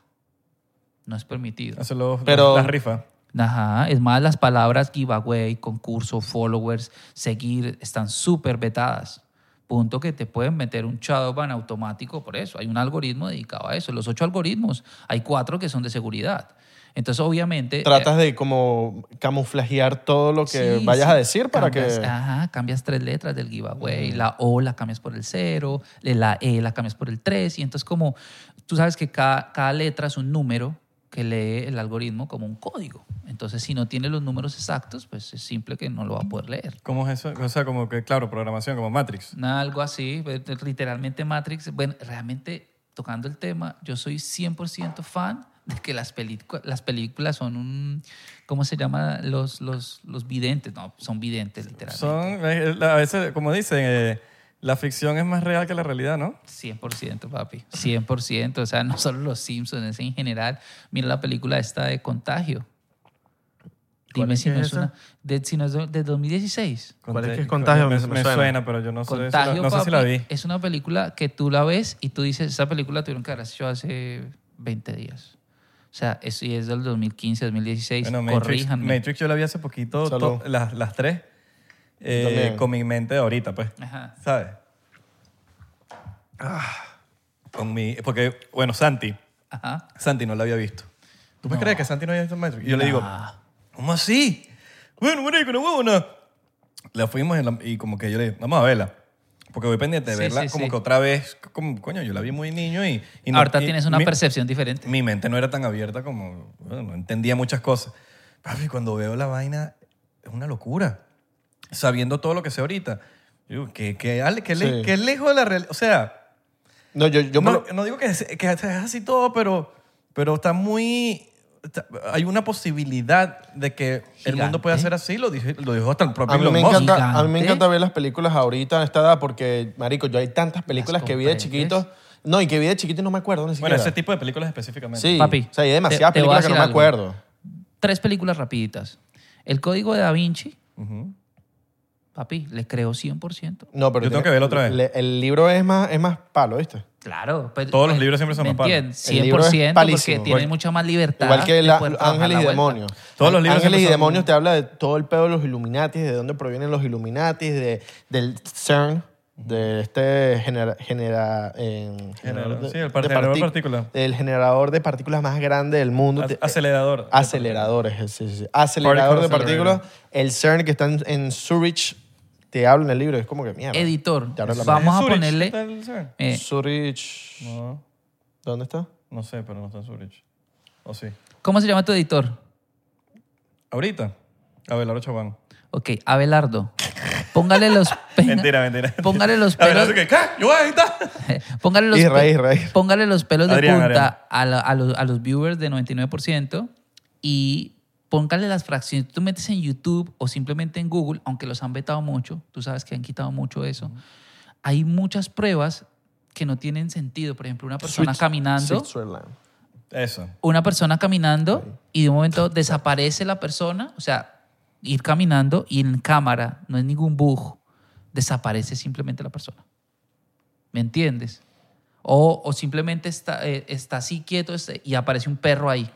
S2: No es permitido.
S3: Hacer los,
S1: Pero-
S3: las rifas.
S2: Ajá, es más, las palabras giveaway, concurso, followers, seguir, están súper vetadas. Punto que te pueden meter un shadowban automático por eso. Hay un algoritmo dedicado a eso. Los ocho algoritmos, hay cuatro que son de seguridad. Entonces, obviamente... eh,
S1: Tratas de como camuflajear todo lo que
S2: Sí,
S1: vayas
S2: sí.
S1: a decir para
S2: Cambias, ah.
S1: que...
S2: Ajá, cambias tres letras del giveaway. La O la cambias por el 0, la E la cambias por el 3. Y entonces como tú sabes que cada, cada letra es un número que lee el algoritmo como un código. Entonces si no tiene los números exactos, pues es simple que no lo va a poder leer.
S3: ¿Cómo es eso? O sea, como que, claro, programación, como Matrix.
S2: Nada, Algo así, pues, literalmente Matrix. Bueno, realmente tocando el tema, yo soy 100% fan de que las, pelicu- las películas son un... ¿Cómo se llama? Los, los, los videntes. No, son videntes, literalmente.
S3: Son, eh, eh, a veces, como dicen, eh, la ficción es más real que la realidad, ¿no?
S2: 100%, papi. 100%. O sea, no solo los Simpsons, es en general. Mira la película esta de Contagio.
S3: ¿Cuál
S2: Dime
S3: es
S2: si
S3: que
S2: no
S3: es
S2: es una. De, si no es de, de 2016.
S1: ¿Cuál es
S3: Conte-
S1: que es Contagio?
S3: Me,
S1: Me- me
S3: me suena.
S1: suena,
S3: pero yo no, sé, si la-
S2: Contagio,
S3: no sé si la
S2: papi,
S3: vi.
S2: Es una película que tú la ves y tú dices, esa película tuvieron que haber hecho hace 20 días. O sea, eso y es del 2015, 2016.
S3: Bueno, Matrix,
S2: Corríjanme.
S3: Matrix yo la vi hace poquito, to-
S1: Salud.
S3: las, las tres, eh,
S1: También.
S3: con mi mente de ahorita, pues.
S2: Ajá.
S3: ¿Sabes? Ah, con mi, porque, bueno, Santi,
S2: Ajá.
S3: Santi no la había visto. ¿Tú puedes creer que Santi no había visto Matrix? Y yo le digo,
S2: Ah,
S3: ¿cómo así? Bueno, bueno, con una huevona. La fuimos en la- y como que yo le dije, vamos a verla. Porque voy pendiente de
S2: Sí,
S3: verla
S2: sí,
S3: como
S2: sí.
S3: que otra vez, como, coño, yo la vi muy niño y... y no-
S2: Ahorita
S3: y
S2: tienes una
S3: mi-
S2: percepción diferente.
S3: Mi mente no era tan abierta como... bueno, no entendía muchas cosas. Papi, cuando veo la vaina, es una locura. Sabiendo todo lo que sé ahorita. Yo, que, que, ale- que, le-
S1: Sí.
S3: que lejos de la realidad. O sea,
S1: No, yo, yo me
S3: no,
S1: lo-
S3: no digo que, es- que es así todo, pero, pero está muy... está- hay una posibilidad de que el
S2: Gigante.
S3: mundo pueda ser así, lo dijo, lo dijo hasta el propio
S1: a mí,
S3: Elon
S1: me
S3: Musk.
S1: encanta, a mí me
S2: Gigante.
S1: encanta ver las películas ahorita a esta edad porque, marico, yo hay tantas películas que vi de
S2: comprendes.
S1: chiquito. No, y que vi de chiquito y no me acuerdo ni
S3: Bueno,
S1: siquiera.
S3: ese tipo de películas específicamente.
S1: Sí,
S2: Papi,
S1: o sea, hay demasiadas
S2: te- te voy a
S1: películas que no me
S2: decir algo.
S1: acuerdo.
S2: Tres películas rapiditas. El Código de Da Vinci,
S3: Ujú.
S2: papi, le creo 100%.
S1: No, pero
S3: Yo tengo
S1: tiene-
S3: que verla otra vez.
S1: le- el libro es más, es más palo, ¿viste?
S2: Claro. pues,
S3: Todos los
S2: pues,
S3: libros siempre son
S2: ¿me
S3: más palos.
S2: entiendes?
S1: El libro es
S2: 100%
S1: palísimo.
S2: porque tienen
S3: Igual-
S2: mucha más libertad.
S1: Igual que
S2: de
S1: la-
S2: poder trabajar
S1: Ángeles
S2: la
S1: y
S2: vuelta.
S1: Demonios.
S3: Todos los libros
S1: Ángeles y
S3: siempre son-
S1: Demonios te habla de todo el pedo de los Illuminatis, de dónde provienen los Illuminatis, de, del CERN, de este genera, genera- eh, generador de,
S3: sí, el par-
S1: de
S3: generador
S1: partic-
S3: de partículas.
S1: El generador de partículas más grande del mundo.
S3: Ac-
S1: Te-
S3: acelerador.
S1: Aceleradores, sí, sí, sí. Acelerador de
S3: Particle
S1: partículas.
S3: accelerator.
S1: El CERN que está en, en Zurich, te habla en el libro. Es como que mierda.
S2: Editor,
S1: Te habla la
S2: vamos a
S3: ¿En Zurich
S2: ponerle-
S3: está el CERN?
S2: Eh,
S1: Zurich.
S3: No,
S1: ¿Dónde está?
S3: no sé, pero no está en Zurich. ¿O sí?
S2: ¿Cómo se llama tu editor?
S3: Ahorita, Abelardo Chabán.
S2: Ok, Abelardo. Póngale los pelos.
S3: Mentira, mentira.
S2: Póngale los pelos.
S3: Abelardo que, ¿qué? Yo voy a editar.
S2: Póngale los,
S1: Isra,
S2: pe-
S1: Isra, Isra.
S2: póngale los pelos de
S3: Adrián,
S2: punta a, la- a los, a los viewers de 99% y póngale las fracciones. Tú metes en YouTube o simplemente en Google, aunque los han vetado mucho, tú sabes que han quitado mucho eso. Hay muchas pruebas que no tienen sentido. Por ejemplo, una persona
S1: Swiss-
S2: caminando,
S1: Switzerland.
S3: Eso.
S2: una persona caminando y de un momento desaparece la persona, o sea, ir caminando y en cámara, no es ningún bug, desaparece simplemente la persona. ¿Me entiendes? O, o simplemente está, eh, está así quieto este, y aparece un perro ahí.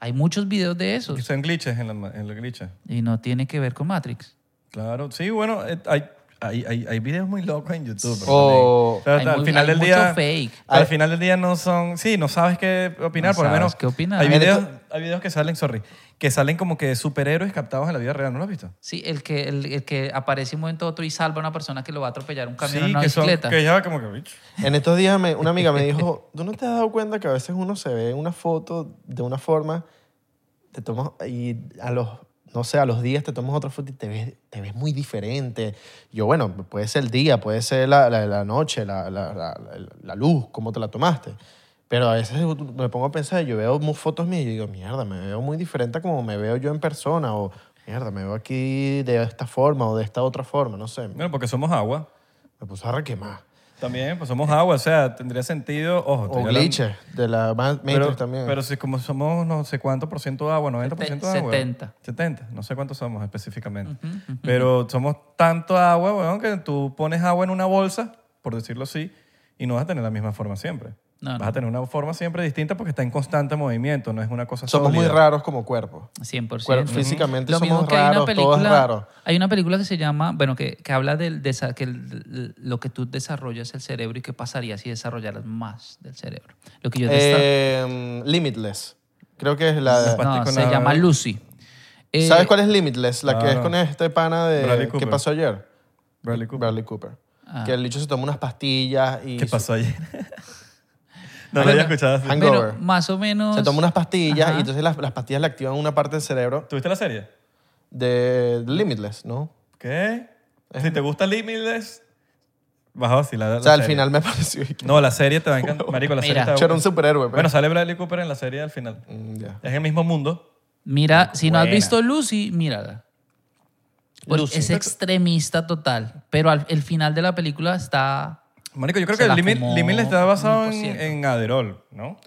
S2: Hay muchos videos de
S3: Que
S2: esos
S3: Son glitches en, la, en los glitches.
S2: y no tiene que ver con Matrix.
S3: Claro, sí, bueno, eh, hay, hay, hay, hay videos muy locos en YouTube.
S1: O-
S3: O sea,
S2: Oh, Hay
S3: al
S2: muy-
S3: final
S2: hay
S3: del
S2: mucho
S3: día.
S2: fake.
S3: Al final del día no son. Sí, no sabes qué opinar,
S2: No
S3: por lo
S2: sabes
S3: menos.
S2: qué opinar.
S3: Hay
S1: Mira,
S3: videos,
S1: tú-
S3: hay videos que salen, sorry, que salen como que superhéroes captados en la vida real, ¿no lo has visto?
S2: Sí, el que, el, el que aparece un momento a otro y salva a una persona que lo va a atropellar un camión o
S3: sí,
S2: una
S3: que son.
S2: bicicleta.
S3: Que ya va como que. "Bitch".
S1: En estos días me- una amiga me dijo, ¿tú no te has dado cuenta que a veces uno se ve una foto de una forma, te tomas y a los, no sé, a los días te tomas otra foto y te ves, te ves muy diferente? Yo, bueno, puede ser el día, puede ser la, la- la noche, la, la- la- la- la luz, cómo te la tomaste. Pero a veces me pongo a pensar, yo veo mu- fotos mías y yo digo, mierda, me veo muy diferente a como me veo yo en persona o mierda, me veo aquí de esta forma o de esta otra forma, no sé.
S3: Bueno, porque somos agua.
S1: Me puse a requemar.
S3: También, pues somos agua, o sea, tendría sentido. Ojo, estoy
S1: O
S3: hablando-
S1: glitches de la Ma- Matrix
S3: Pero,
S1: también.
S3: pero si como somos no sé cuánto por ciento de agua, 90% de agua.
S2: 70.
S3: 70, no sé cuánto somos específicamente. Pero somos tanto agua, weón, que tú pones agua en una bolsa, por decirlo así, y no vas a tener la misma forma siempre.
S2: No,
S3: vas
S2: no.
S3: a tener una forma siempre distinta porque está en constante movimiento, no es una cosa
S1: somos muy
S3: sólida.
S1: raros como cuerpo.
S2: 100%.
S1: Cuer- Físicamente
S2: Lo mismo
S1: somos
S2: que hay
S1: raros,
S2: una
S1: todo es
S2: película,
S1: raro.
S2: hay una película que se llama, bueno, que, que habla del desa- que el- lo que tú desarrollas el cerebro y qué pasaría si desarrollaras más del cerebro. Lo que yo te estaba-
S1: Eh, Limitless. Creo que es la...
S3: Las
S2: no,
S3: pasticas
S2: se
S3: nada-
S2: llama Lucy. Eh,
S1: ¿Sabes cuál es Limitless? La que es
S3: claro.
S1: con este pana
S3: Ah. Bradley
S1: de... ¿Qué
S3: Cooper.
S1: pasó ayer?
S3: Bradley Cooper.
S1: Bradley Cooper.
S2: Ah.
S1: Que el dicho se toma unas pastillas y...
S3: ¿Qué
S1: su-
S3: pasó ayer? no
S2: Bueno,
S3: lo había escuchado. así.
S1: Hank-
S2: Bueno,
S1: Hangover?
S2: más o menos.
S1: Se toma unas pastillas
S2: Ajá.
S1: y entonces las, las pastillas le activan una parte del cerebro
S3: ¿Tuviste la serie?
S1: de Limitless, ¿no?
S3: ¿Qué? Si te gusta Limitless, vas a vacilar. la
S1: O sea, al
S3: serie.
S1: final me pareció... que-
S3: No, la serie te va a encantar. Marico, la
S2: Mira.
S3: serie
S1: Yo
S3: está
S1: era un superhéroe, pero...
S3: Bueno, sale Bradley Cooper en la serie al final.
S1: Mm, ya.
S3: Es el mismo mundo.
S2: Mira, si no has
S3: Buena.
S2: visto Lucy, mírala. Porque
S1: Lucy.
S2: Es extremista total, pero al el final de la película está
S3: Marico, yo creo
S2: Se
S3: que
S2: la
S3: Limit,
S2: fumó
S3: Limit está basado en,
S2: 100%.
S3: en Aderol, ¿no?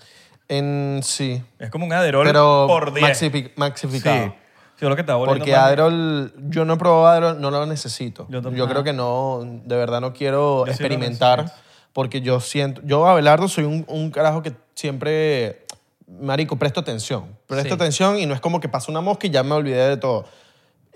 S1: En... Sí.
S3: Es como un Aderol
S1: Pero
S3: por 10.
S1: maxifi- maxificado.
S3: Sí. Sí, lo que estaba volviendo
S1: Porque
S3: más-
S1: Adderall, yo no he probado Adderall, no lo necesito.
S3: Yo
S1: Yo,
S3: tampoco.
S1: creo que no, de verdad no quiero
S3: Yo sí lo
S1: experimentar
S3: necesito.
S1: porque yo siento, yo Abelardo soy un, un carajo que siempre, marico, presto atención. Presto
S2: Sí.
S1: atención y no es como que pasa una mosca y ya me olvidé de todo.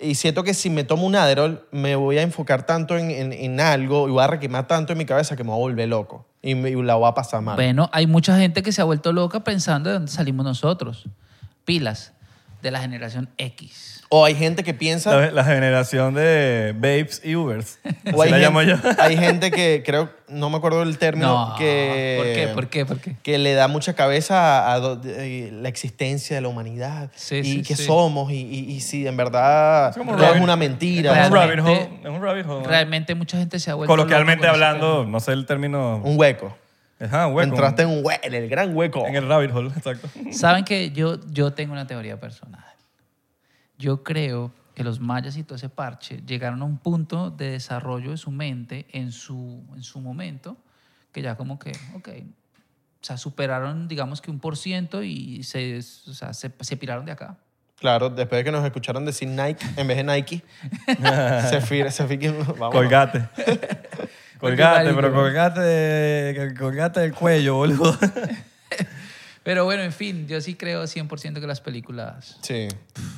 S1: Y siento que si me tomo un Adderall, me voy a enfocar tanto en, en- en algo y voy a requemar tanto en mi cabeza que me voy a volver loco y, me- y la voy a pasar mal.
S2: Bueno, hay mucha gente que se ha vuelto loca pensando de dónde salimos nosotros. Pilas de la generación X.
S1: O hay gente que piensa...
S3: La, la generación de babes y Ubers. Así
S1: O hay,
S3: la
S1: gente,
S3: llamo yo.
S1: hay gente que creo, no me acuerdo el término,
S2: No,
S1: que,
S2: ¿por qué? ¿Por qué? ¿Por qué?
S1: que le da mucha cabeza a, a do- eh, la existencia de la humanidad
S2: Sí,
S1: y
S2: sí,
S1: que
S2: sí.
S1: somos y, y- y si en verdad
S3: Es como
S1: no es
S3: Robin-
S1: una
S3: Es
S1: mentira,
S3: un rabbit
S2: Realmente-
S3: hole. Es un rabbit hole. ¿no?
S2: Realmente mucha gente se ha vuelto...
S3: Coloquialmente
S2: loca con ese
S3: hablando, no sé el término.
S1: un hueco.
S3: Ajá, hueco.
S1: Entraste en un Ah, hueco, en el gran hueco.
S3: En el rabbit hole, exacto.
S2: tema. Saben que yo, yo tengo una teoría personal. Yo creo que los mayas y todo ese parche llegaron a un punto de desarrollo de su mente en su, en su momento que ya como que, ok, o sea, superaron digamos que un por ciento y se, o sea, se, se piraron de acá.
S1: Claro, después de que nos escucharon decir Nike en vez de Nike, se fir, se fir- vámonos.
S3: Colgate. colgate,
S2: Porque
S3: pero
S2: marico.
S3: colgate, colgate del cuello, boludo.
S2: Pero bueno, en fin, yo sí creo 100% que las películas...
S1: Sí.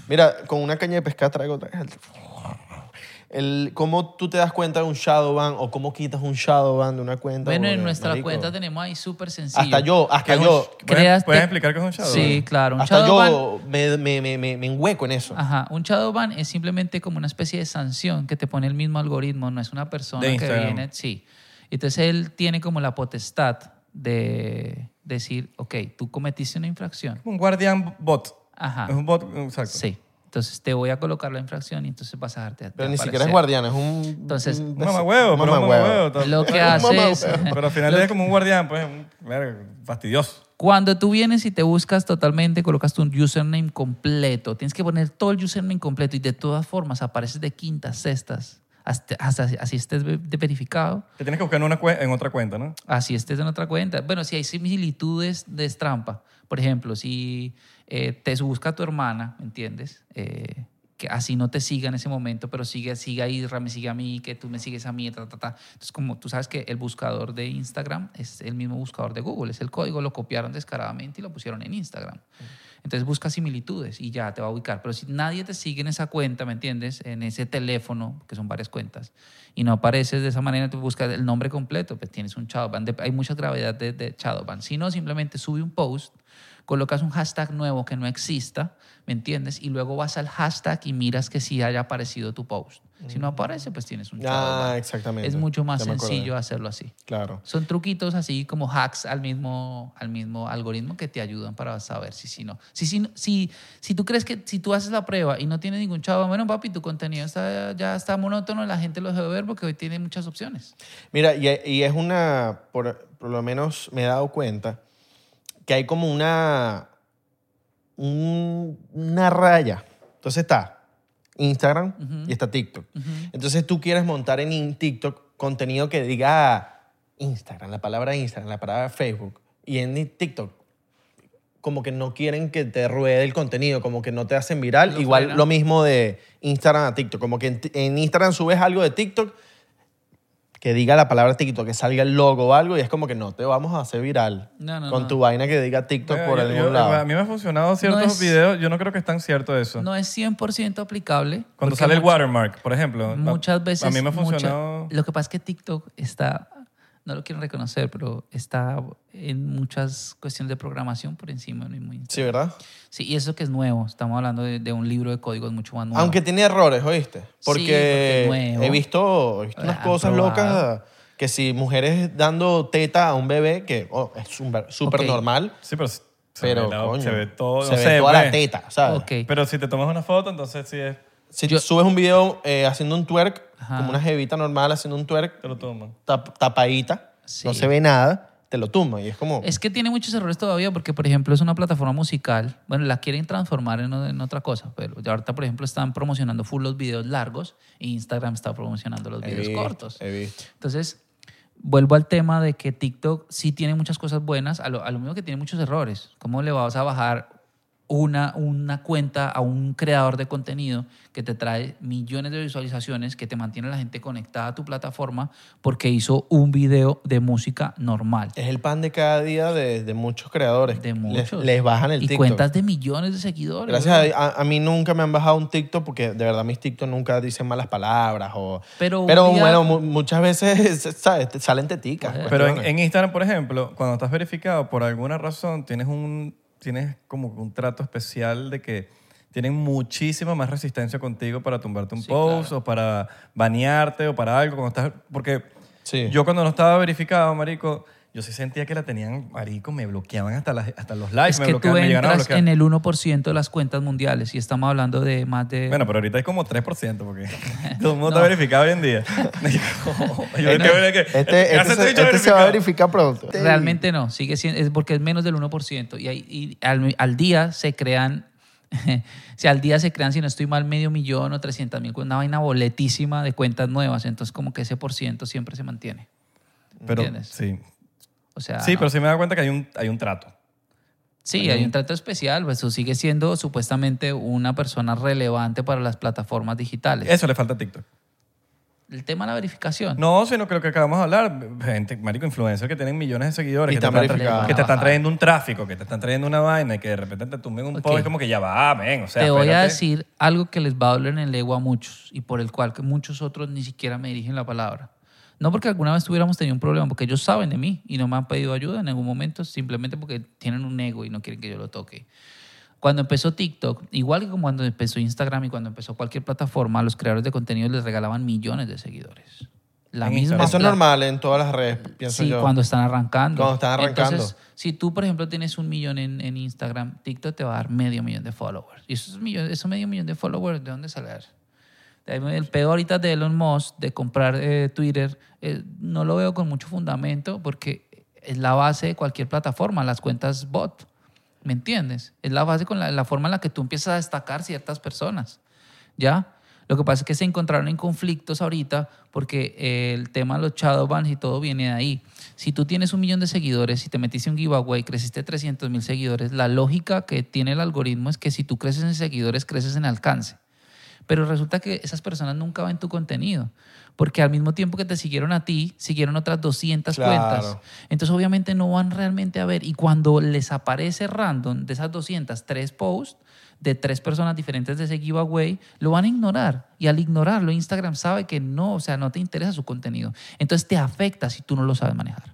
S1: Mira, con una caña de pescar traigo otra vez el- El, ¿Cómo tú te das cuenta de un shadow ban o cómo quitas un shadow ban de una cuenta?
S2: Bueno, en
S1: Porque,
S2: nuestra
S1: marico,
S2: cuenta tenemos ahí súper sencillo.
S1: Hasta yo, hasta
S3: ¿Qué es un-
S1: yo,
S3: ¿Puedes-
S2: Creas-
S3: ¿Puedes
S2: te-
S3: explicar qué es un shadow?
S2: Sí, claro. Un
S1: hasta
S2: shadow
S1: yo me, me, me, me, me enhueco en eso.
S2: ban- ajá, un shadow ban es simplemente como una especie de sanción que te pone el mismo algoritmo, no es una persona
S3: De
S2: que
S3: Instagram.
S2: viene. Sí. Entonces él tiene como la potestad de decir, ok, tú cometiste una infracción.
S3: Un guardián bot.
S2: Ajá.
S3: Es un bot, exacto.
S2: Ah. Sí. Entonces te voy a colocar la infracción y entonces vas a darte.
S1: Pero
S2: de
S1: ni siquiera es
S2: aparecer.
S1: guardiana, es un.
S2: Entonces-
S1: un-
S3: Un mamahuevo, pero un
S1: mamahuevo.
S3: mamahuevo. tal-
S2: Lo que
S3: un
S2: hace es-
S3: mamahuevo. Pero al final
S2: Lo-
S3: es como un guardián, pues, un- verga, fastidioso.
S2: Cuando tú vienes y te buscas totalmente, colocas tu username completo. Tienes que poner todo el username completo y de todas formas apareces de quintas, sextas, hasta, hasta así estés ve- de verificado,
S3: Te tienes que buscar en, una cue- en otra cuenta, ¿no?
S2: así estés en otra cuenta. Bueno, si hay similitudes de trampa. Por ejemplo, si eh, te busca tu hermana, ¿me entiendes? Eh, que así no te siga en ese momento, pero sigue, sigue a Isra, me sigue a mí, que tú me sigues a mí, ta, ta, ta. Entonces, como tú sabes que el buscador de Instagram es el mismo buscador de Google, es el código, lo copiaron descaradamente y lo pusieron en Instagram. Entonces busca similitudes y ya te va a ubicar. Pero si nadie te sigue en esa cuenta, ¿me entiendes? En ese teléfono, que son varias cuentas, y no apareces de esa manera, tú buscas el nombre completo, pues tienes un shadowban. De- Hay mucha gravedad de, de shadowban. Si no, simplemente sube un post, colocas un hashtag nuevo que no exista, ¿me entiendes? Y luego vas al hashtag y miras que sí haya aparecido tu post. Si no aparece, pues tienes un
S1: Mm. Ah,
S2: shadowban.
S1: exactamente.
S2: Es mucho más
S1: Ya me acordé.
S2: sencillo hacerlo así.
S1: Claro.
S2: Son truquitos así como hacks al mismo, al mismo algoritmo que te ayudan para saber si sí no. Si, si, si, si tú crees que si tú haces la prueba y no tienes ningún chavo, bueno, papi, tu contenido está, ya está monótono, la gente lo debe ver porque hoy tiene muchas opciones.
S1: Mira, y, y es una, por, por lo menos me he dado cuenta, que hay como una, un- una raya. Entonces está Instagram y está TikTok. Entonces tú quieres montar en in- TikTok contenido que diga Instagram, la palabra Instagram, la palabra Facebook. Y en TikTok como que no quieren que te ruede el contenido, como que no te hacen viral.
S2: Lo
S1: Igual
S2: frenan.
S1: lo mismo de Instagram a TikTok. Como que en, en Instagram subes algo de TikTok que diga la palabra TikTok, que salga el logo o algo, y es como que no, te vamos a hacer viral
S2: No, no,
S1: con
S2: no.
S1: tu vaina que diga TikTok
S3: Verga,
S1: por
S3: Eh, yo-
S1: algún
S3: yo-
S1: lado.
S3: A mí me han funcionado ciertos
S2: No es-
S3: videos, yo no creo que es tan cierto eso.
S2: No es 100% aplicable. porque
S3: Cuando sale el
S2: much-
S3: watermark, por ejemplo. a-
S2: Muchas veces.
S3: A mí me ha
S2: mucha-
S3: funcionado...
S2: lo que pasa es que TikTok está, no lo quiero reconocer, pero está en muchas cuestiones de programación por encima de mismo
S1: Sí, ¿verdad?
S2: Sí, y eso que es nuevo. Estamos hablando de, de un libro de códigos mucho más nuevo.
S1: Aunque tiene errores, ¿oíste? Porque,
S2: porque es nuevo. Eh,
S1: he visto, he visto unas
S2: Han
S1: cosas
S2: probado.
S1: locas, que si mujeres dando teta a un bebé, que oh, es súper súper
S2: Ok.
S1: normal,
S3: Sí, pero... se- se
S1: pero
S3: ve la-
S1: coño,
S3: se ve todo,
S1: se
S3: no
S1: ve
S3: sé,
S1: toda la
S3: pues.
S1: teta, ¿sabes?
S2: Ok.
S3: Pero si te tomas una foto, entonces sí es...
S1: Si
S2: Yo-
S1: subes un video eh, haciendo un twerk,
S2: Ajá.
S1: como una jevita normal haciendo un twerk,
S3: Te lo toman.
S1: tap- tapadita,
S2: Sí.
S1: no se ve nada, te lo tumba y es como...
S2: Es que tiene muchos errores todavía porque, por ejemplo, es una plataforma musical. Bueno, la quieren transformar en, o- en otra cosa, pero ya ahorita, por ejemplo, están promocionando full los videos largos e Instagram está promocionando los
S1: He
S2: videos
S1: visto,
S2: cortos.
S1: he visto.
S2: Entonces, vuelvo al tema de que TikTok sí tiene muchas cosas buenas, a lo, a lo mismo que tiene muchos errores. ¿Cómo le vas a bajar una, una cuenta a un creador de contenido que te trae millones de visualizaciones, que te mantiene la gente conectada a tu plataforma porque hizo un video de música normal?
S1: Es el pan de cada día de, de muchos creadores.
S2: De
S1: Les-
S2: muchos.
S1: Les, bajan el
S2: y
S1: TikTok.
S2: cuentas de millones de seguidores.
S1: Gracias
S2: weón.
S1: a, a- a mí nunca me han bajado un TikTok porque de verdad mis TikTok nunca dicen malas palabras o...
S2: Pero un día-
S1: bueno, mu- muchas veces, ¿sabes? Te Salen teticas.
S2: Pero
S3: Pero en,
S1: cuestiones.
S3: en Instagram, por ejemplo, cuando estás verificado, por alguna razón tienes un tienes como un trato especial de que tienen muchísima más resistencia contigo para tumbarte un
S2: Sí,
S3: post
S2: claro.
S3: o para banearte o para algo. Cuando estás, porque
S1: Sí.
S3: yo cuando no estaba verificado, marico, yo sí sentía que la tenían, marico, me bloqueaban hasta, las, hasta los likes,
S2: Es
S3: me
S2: que tú
S3: bloqueaban, me llegaron a
S2: entras
S3: bloquear.
S2: en el 1% de las cuentas mundiales y estamos hablando de más de...
S3: Bueno, pero ahorita es como 3%, porque todo el mundo
S2: No.
S3: está verificado hoy en día. yo
S1: Este,
S3: te veo que-
S1: este,
S3: ya
S1: este
S3: se te
S1: se,
S3: ha dicho
S1: este se va a
S3: verificado.
S1: verificar pronto.
S2: Realmente no, sigue siendo, es porque es menos del 1%. Y, hay- y al, al día se crean, si al día se crean, si no estoy mal, medio millón o 300 mil, una vaina boletísima de cuentas nuevas. Entonces, como que ese por ciento siempre se mantiene.
S3: Pero,
S2: ¿Entiendes?
S3: sí.
S2: O sea,
S3: sí,
S2: Ah, no.
S3: pero sí me da cuenta que hay un, hay un trato.
S2: Sí, hay un trato especial, pues tú sigues siendo supuestamente una persona relevante para las plataformas digitales.
S3: Eso le falta a TikTok.
S2: El tema de la verificación.
S3: No, sino que lo que acabamos de hablar, gente, marico, influencers que tienen millones de seguidores,
S1: Y
S3: que te,
S1: están
S3: están tra-
S1: verificados.
S3: que te están trayendo un tráfico, que te están trayendo una vaina y que de repente te tumben un
S2: Ok.
S3: post, es como que ya va, ven, o sea,
S2: te voy a
S3: espérate.
S2: decir algo que les va a doler en el ego a muchos y por el cual que muchos otros ni siquiera me dirigen la palabra. No porque alguna vez tuviéramos tenido un problema, porque ellos saben de mí y no me han pedido ayuda en ningún momento, simplemente porque tienen un ego y no quieren que yo lo toque. Cuando empezó TikTok, igual que como cuando empezó Instagram y cuando empezó cualquier plataforma, los creadores de contenido les regalaban millones de seguidores. La
S3: En
S2: misma
S3: Instagram.
S1: Eso es
S2: pla-
S1: normal en todas las redes, pienso
S2: Sí,
S1: yo.
S2: cuando están arrancando.
S1: Cuando están arrancando.
S2: Entonces, si tú, por ejemplo, tienes un millón en, en Instagram, TikTok te va a dar medio millón de followers. Y esos, millones, esos medio millón de followers, ¿de dónde salen? De ahí El peor ahorita de Elon Musk de comprar eh, Twitter, eh, no lo veo con mucho fundamento porque es la base de cualquier plataforma, las cuentas bot. ¿Me entiendes? Es la base con la, la forma en la que tú empiezas a destacar ciertas personas. ¿Ya? Lo que pasa es que se encontraron en conflictos ahorita porque eh, el tema de los shadowbans y todo viene de ahí. Si tú tienes un millón de seguidores y te metiste un giveaway, creciste 300 mil seguidores, la lógica que tiene el algoritmo es que si tú creces en seguidores, creces en alcance. Pero resulta que esas personas nunca ven tu contenido, porque al mismo tiempo que te siguieron a ti, siguieron otras 200
S1: Claro.
S2: cuentas. Entonces obviamente no van realmente a ver. Y cuando les aparece random de esas 200, tres posts de tres personas diferentes de ese giveaway, lo van a ignorar. Y al ignorarlo, Instagram sabe que no, o sea, no te interesa su contenido. Entonces te afecta si tú no lo sabes manejar.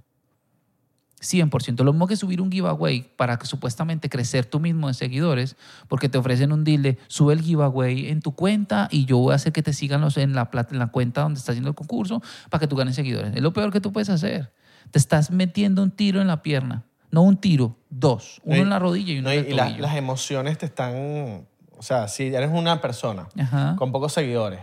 S2: 100%. Lo mismo que subir un giveaway para que supuestamente crecer tú mismo de seguidores, porque te ofrecen un deal de sube el giveaway en tu cuenta y yo voy a hacer que te sigan los, en, la, plata- en la cuenta donde está haciendo el concurso para que tú ganes seguidores. Es lo peor que tú puedes hacer. Te estás metiendo un tiro en la pierna. No un tiro, dos. Uno
S1: No, y-
S2: en la rodilla y uno
S1: No, y
S2: en el
S1: y la-
S2: tobillo.
S1: las emociones te están... O sea, si eres una persona
S2: Ajá.
S1: con pocos seguidores,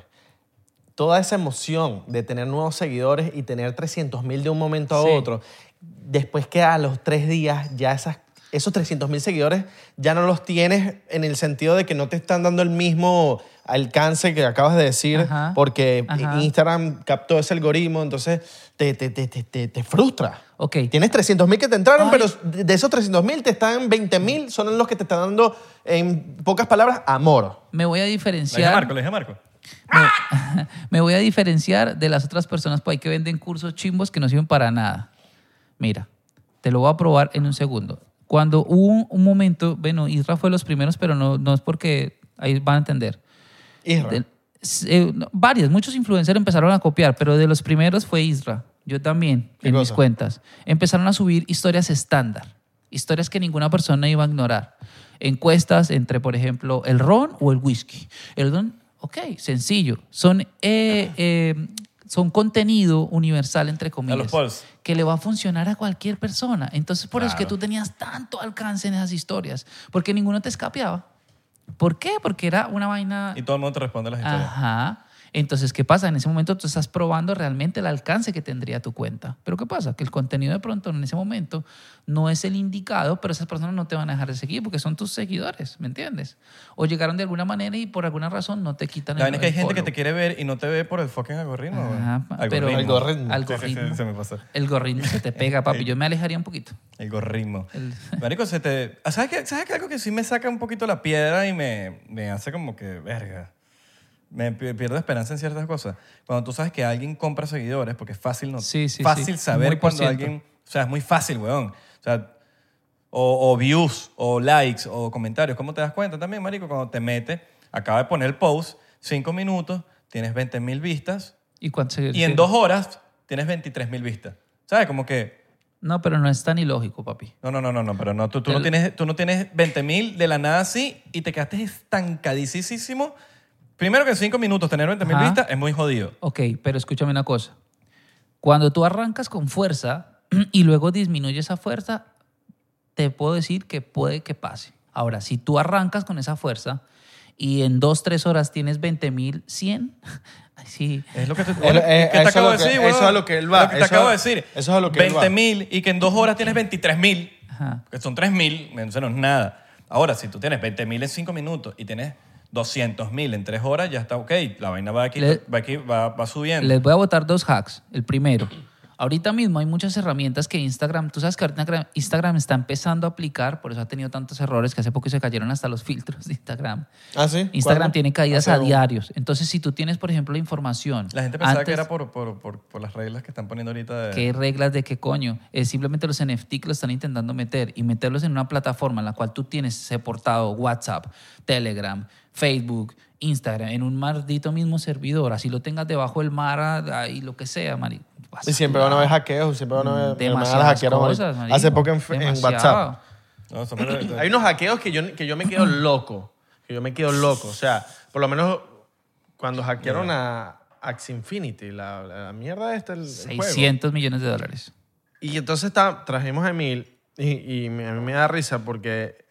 S1: toda esa emoción de tener nuevos seguidores y tener 300 mil de un momento a
S2: Sí.
S1: otro, después que a los tres días ya esas, esos 300 mil seguidores ya no los tienes en el sentido de que no te están dando el mismo alcance que acabas de decir
S2: Ajá,
S1: porque
S2: ajá.
S1: Instagram captó ese algoritmo, entonces te, te, te, te, te- te frustra.
S2: Ok.
S1: Tienes 300 mil que te entraron,
S2: Ay.
S1: pero de de esos 300 mil te están 20 mil, son los que te están dando, en pocas palabras, amor.
S2: Me voy a
S3: Le dije a
S2: diferenciar.
S3: Marco, le dije a Marco.
S2: Me, me voy a diferenciar de las otras personas por ahí que venden cursos chimbos que no sirven para nada. Mira, te lo voy a probar en un segundo. Cuando hubo un, un momento, bueno, Isra fue los primeros, pero no, no es porque ahí van a entender.
S1: Isra.
S2: De- s- eh, no, varios, muchos influencers empezaron a copiar, pero de los primeros fue Isra. Yo también,
S1: ¿Qué
S2: en mis
S1: cosa?
S2: cuentas. Empezaron a subir historias estándar, historias que ninguna persona iba a ignorar. Encuestas entre, por ejemplo, el ron o el whisky. El ron, ok, sencillo. Son, eh, eh, son contenido universal, entre comillas.
S3: polls.
S2: Que le va a funcionar a cualquier persona. Entonces, por eso es que
S3: Claro.
S2: tú tenías tanto alcance en esas historias, porque ninguno te escapeaba. ¿Por qué? Porque era una vaina
S3: Y todo el mundo te responde las historias.
S2: Ajá. Entonces, ¿qué pasa? En ese momento tú estás probando realmente el alcance que tendría tu cuenta. Pero ¿qué pasa? Que el contenido de pronto en ese momento no es el indicado, pero esas personas no te van a dejar de seguir porque son tus seguidores, ¿me entiendes? O llegaron de alguna manera y por alguna razón no te quitan
S3: La vaina es que hay
S2: el
S3: gente que
S2: follow.
S3: te quiere ver y no te ve por el fucking algoritmo. güey.
S2: Ajá, pero-
S1: Algoritmo.
S2: Algoritmo.
S3: Sí, sí, sí, se me pasó.
S2: El algoritmo se te pega, papi. Yo me alejaría un poquito.
S3: Algoritmo.
S2: El-
S3: Marico, se te... ah, ¿Sabes qué? ¿Sabes qué? Algo que sí me saca un poquito la piedra y me, me hace como que, verga, me pi- pierdo esperanza en ciertas cosas. Cuando tú sabes que alguien compra seguidores, porque es fácil, no,
S2: Sí, sí,
S3: fácil
S2: sí. Muy
S3: saber
S2: por
S3: cuando
S2: ciento.
S3: alguien... O sea, es muy fácil, weón. O sea, o, o views, o likes, o comentarios. ¿Cómo te das cuenta también, marico? Cuando te metes, acaba de poner el post, cinco minutos, tienes 20 mil vistas,
S2: ¿Y cuántos seguidores
S3: y en
S2: tienes?
S3: dos horas tienes 23 mil vistas. ¿Sabes? Como que
S2: No, pero no es tan ilógico, papi.
S3: No, no, no, no, no, pero no, tú, tú no
S2: El-
S3: tienes, tú no tienes 20 mil de la nada así y te quedaste estancadísimo. Primero que en 5 minutos tener 20 mil
S2: Ajá.
S3: vistas es muy jodido.
S2: Ok, pero escúchame una cosa. Cuando tú arrancas con fuerza y luego disminuye esa fuerza, te puedo decir que puede que pase. Ahora, si tú arrancas con esa fuerza y en dos, tres horas tienes 20.100, ay, sí.
S3: Es lo que te,
S1: Es lo-
S3: que
S1: eh,
S3: te
S1: eso
S3: acabo de
S1: es lo que-
S3: decir, weón.
S1: eso es lo que él va,
S3: Lo te
S1: eso-
S3: acabo de decir.
S1: eso es lo que él va.
S3: 20 mil y que en dos horas tienes 23 mil.
S2: Ajá.
S3: Que son 3 mil, entonces no es nada. Ahora, si tú tienes 20 mil en 5 minutos y tienes 200 mil en 3 horas, ya está ok. La vaina va aquí,
S2: Le-
S3: va, aquí va, va subiendo.
S2: Les voy a botar dos hacks. El primero, ahorita mismo hay muchas herramientas que Instagram, tú sabes que ahorita Instagram- Instagram está empezando a aplicar, por eso ha tenido tantos errores que hace poco se cayeron hasta los filtros de Instagram.
S1: ¿Ah, sí?
S2: Instagram
S1: ¿Cuándo?
S2: tiene caídas
S1: Hace
S2: a
S1: un-
S2: diarios. Entonces, si tú tienes, por ejemplo, la información.
S3: La gente pensaba que
S2: antes-
S3: era por, por, por, por las reglas que están poniendo ahorita. De,
S2: ¿Qué reglas de qué coño? Es simplemente los NFT que lo están intentando meter y meterlos en una plataforma en la cual tú tienes ese portado WhatsApp, Telegram, Facebook, Instagram, en un maldito mismo servidor. Así lo tengas debajo del mar a- a- y lo que sea, marico.
S1: Y siempre van a haber hackeos, siempre van a haber... mi hermana
S2: demasiadas
S1: hackearon ahorita.
S2: cosas, marico.
S1: Hace poco en, fe- en
S2: Demasiado.
S1: WhatsApp.
S3: No, son-
S1: Hay unos hackeos que yo, que yo me quedo loco. Que yo me quedo loco. O sea, por lo menos cuando hackearon a Axie Infinity, la, la- la mierda esta, el, el juego.
S2: 600 millones de dólares.
S1: Y entonces está- trajimos a Emil y, y me- a mí me da risa porque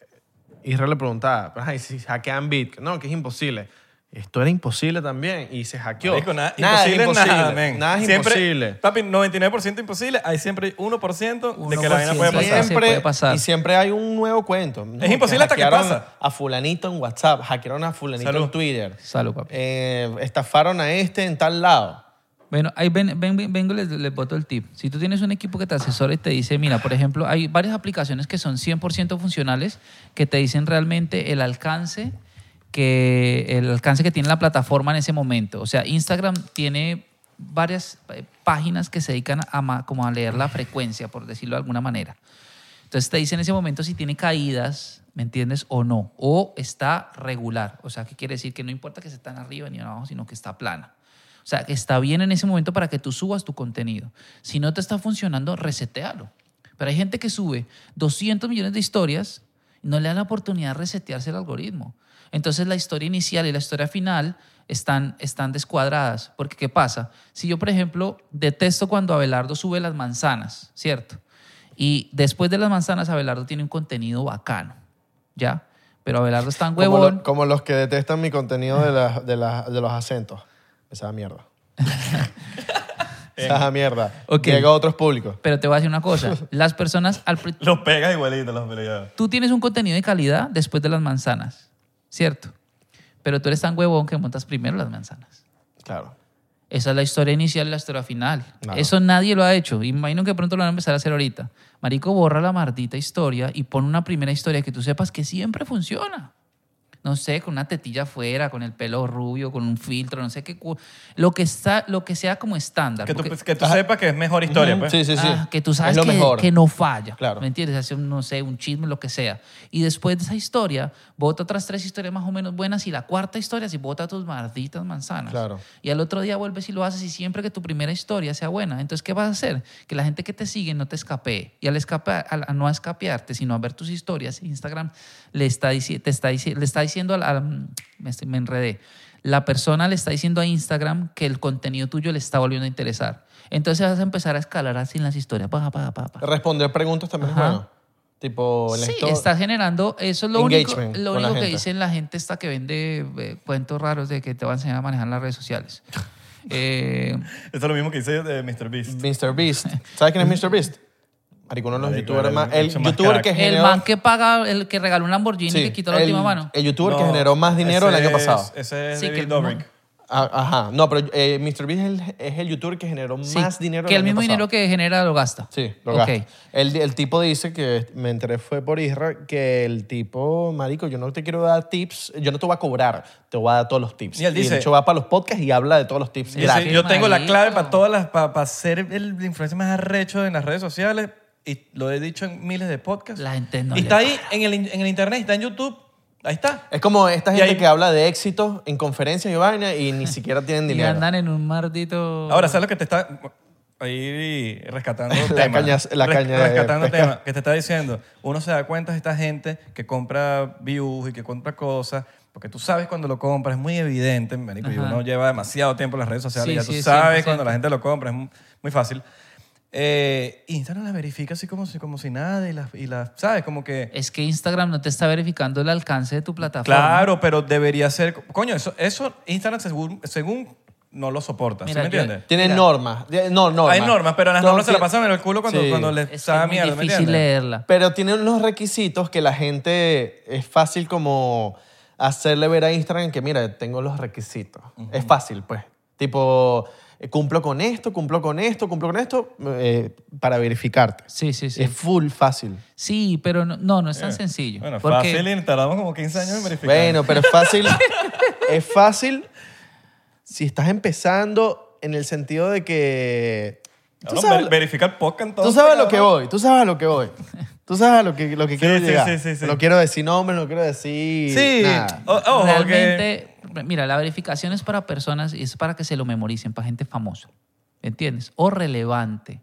S1: Israel le preguntaba, "Ajá, ¿y si hackean Bitcoin? No, que es imposible. Esto era imposible también y se hackeó.
S3: Marico, nada,
S1: es
S3: imposible, nada, men.
S1: Nada es
S3: Siempre-
S1: imposible.
S3: Papi, 99% imposible, hay siempre 1%, de que la vaina
S2: 1%
S3: puede pasar.
S2: Se puede pasar.
S1: Y siempre hay un nuevo cuento. No,
S3: imposible hasta que
S1: hackearon
S3: pasa.
S1: A fulanito en WhatsApp, hackearon a fulanito
S3: Salud.
S1: en Twitter.
S2: Salud, papi.
S1: Eh, estafaron a este en tal lado.
S2: Bueno, ahí ven, ven- ven- vengo y les, les boto el tip. Si tú tienes un equipo que te asesora y te dice, mira, por ejemplo, hay varias aplicaciones que son 100% funcionales que te dicen realmente el alcance que el alcance que tiene la plataforma en ese momento. O sea, Instagram tiene varias eh, páginas que se dedican a ma- como a leer la frecuencia, por decirlo de alguna manera. Entonces te dice en ese momento si tiene caídas, ¿me entiendes? O no. O está regular. O sea, ¿qué quiere decir? Que no importa que sea tan arriba ni abajo, sino que está plana. O sea, que está bien en ese momento para que tú subas tu contenido. Si no te está funcionando, resetealo. Pero hay gente que sube 200 millones de historias y no le da la oportunidad de resetearse el algoritmo. Entonces la historia inicial y la historia final están, están descuadradas. Porque ¿qué pasa? Si yo, por ejemplo, detesto cuando Abelardo sube las manzanas, ¿cierto? Y después de las manzanas, Abelardo tiene un contenido bacano, ¿ya? Pero Abelardo está en
S1: Como,
S2: huevón.
S1: lo- como los que detestan mi contenido de, las- de, las- de los acentos. Esa mierda. Esa mierda.
S2: Ok.
S1: Llega a otros públicos.
S2: Pero te voy a decir una cosa. Las personas al, pri-
S3: Los pegas igualito, los peleados.
S2: tú tienes un contenido de calidad después de las manzanas, ¿cierto? Pero tú eres tan huevón que montas primero las manzanas.
S1: Claro.
S2: Esa es la historia inicial y la historia final.
S1: Claro.
S2: Eso nadie lo ha hecho. Imagino que pronto lo van a empezar a hacer ahorita. Marico, borra la maldita historia y pon una primera historia que tú sepas que siempre funciona. No sé, con una tetilla afuera, con el pelo rubio, con un filtro, no sé qué. cu- Lo que, está, lo que sea como estándar.
S3: Que tú,
S2: porque-
S3: que tú sepas que es mejor historia,
S1: Ujú,
S3: pues.
S1: Sí, sí, sí.
S2: Ah, que tú sabes
S1: es lo
S2: que,
S1: mejor.
S2: que no falla.
S1: Claro.
S2: ¿Me entiendes? Hace, un, no sé, un chisme, lo que sea. Y después de esa historia, bota otras tres historias más o menos buenas y la cuarta historia, si bota tus malditas manzanas.
S1: Claro.
S2: Y al otro día vuelves y lo haces y siempre que tu primera historia sea buena. Entonces, ¿qué vas a hacer? Que la gente que te sigue no te escapee. Y al, escapar, al a no escapearte, sino a ver tus historias, Instagram le está, dici- te está, dici- le está diciendo al- al- me, estoy- me enredé. La persona le está diciendo a Instagram que el contenido tuyo le está volviendo a interesar. Entonces vas a empezar a escalar así en las historias. Pa, pa, pa, pa.
S1: Responder preguntas también
S2: Ajá.
S1: es bueno. Tipo, en la
S2: Sí,
S1: histo-
S2: está generando, eso es lo único,
S1: Engagement
S2: lo
S1: con la
S2: único que
S1: gente.
S2: dicen la gente esta que vende eh, cuentos raros de que te va a enseñar a manejar las redes sociales. Eh,
S3: Eso es lo mismo que hice de Mr. Beast.
S1: Mr. Beast. ¿Sabes quién es Mr. Beast? Marico, uno de los
S3: Marico,
S1: youtubers
S3: el
S1: más... El
S3: bicho más
S1: youtuber
S3: crack.
S1: que
S2: el
S1: generó...
S2: man que paga, el que regaló un Lamborghini
S1: sí,
S2: y que quitó la
S1: el-
S2: última mano.
S1: El youtuber que
S3: No,
S1: generó más dinero el
S3: ese
S1: año pasado.
S3: es- Ese es
S2: Sí, que
S3: David
S2: el-
S3: Dobrik.
S1: Ah, Ajá. No, pero eh, Mr. Beast es el, es el youtuber que generó
S2: Sí,
S1: más dinero
S2: Que el
S1: año
S2: mismo
S1: pasado.
S2: dinero que genera lo gasta.
S1: Sí, lo
S2: Ok.
S1: gasta. El, el tipo dice que, me enteré fue por Isra, que el tipo, marico, yo no te quiero dar tips, yo no te voy a cobrar, te voy a dar todos los tips.
S3: Y él dice-
S1: de hecho va para los podcasts y habla de todos los tips
S3: Y
S1: gratis.
S3: dice, yo tengo la
S2: marico.
S3: clave para todas las para, ser el influencer más arrecho en las redes sociales y lo he dicho en miles de podcasts.
S2: La gente no
S3: y
S2: le
S3: está ahí en el, in- en el internet, está en YouTube. Ahí está.
S1: Es como esta
S3: Y
S1: gente
S3: ahí-
S1: que habla de éxitos en conferencias y vaina y ni siquiera tienen
S2: Y
S1: dinero.
S2: andan en un mardito.
S3: Ahora, ¿sabes lo que te está ahí rescatando
S1: La
S3: temas.
S1: caña- la
S3: Res-
S1: caña de
S3: rescatando
S1: pescar.
S3: temas. Que te está diciendo, uno se da cuenta de esta gente que compra views y que compra cosas, porque tú sabes cuando lo compras, es muy evidente, marico, y
S2: Ajá.
S3: uno lleva demasiado tiempo en las redes sociales,
S2: Sí,
S3: y ya
S2: sí,
S3: tú sabes
S2: 100%.
S3: cuando la gente lo compra, es mu- muy fácil. Eh, Instagram las verifica así como si, como si nada y las, y las, ¿sabes? Como que...
S2: Es que Instagram no te está verificando el alcance de tu plataforma.
S3: Claro, pero debería ser. Coño, eso, eso Instagram según, según no lo soporta. ¿Sí
S2: Mira,
S3: me
S2: yo-
S3: entiendes?
S1: Tiene
S2: Mira.
S1: normas. de- No, normas.
S3: Hay normas, pero las normas se las
S1: Entonces-
S3: pasan en el culo cuando,
S1: Sí.
S3: cuando les
S2: Es, que
S3: sabe
S2: es muy
S3: mierda, ¿me
S2: difícil
S3: entiendes?
S2: leerla.
S1: Pero tiene unos requisitos que la gente es fácil como hacerle ver a Instagram que mira, tengo los requisitos. Es fácil, pues. Tipo, eh, cumplo con esto, cumplo con esto, cumplo con esto, eh, para verificarte.
S2: Sí, sí, sí.
S1: Es Eh, full fácil.
S2: Sí, pero no, no, no es tan sencillo.
S3: Bueno,
S2: porque
S3: fácil y tardamos como 15 años en verificar.
S1: Bueno, pero es fácil. es fácil si estás empezando en el sentido de que... Tú
S3: Cabrón,
S1: sabes,
S3: ver- verificar podcast este
S1: tú
S3: entonces,
S1: sabes a lo que
S3: cabrón.
S1: voy, tú sabes a lo que voy. Tú sabes a lo que, lo que
S3: Sí,
S1: quiero
S3: sí,
S1: llegar.
S3: sí, sí, sí.
S1: No quiero decir nombres, no quiero decir
S3: Sí,
S1: nada.
S3: o- ojo, que-
S2: realmente, mira, la verificación es para personas y es para que se lo memoricen, para gente famosa. ¿Entiendes? O relevante.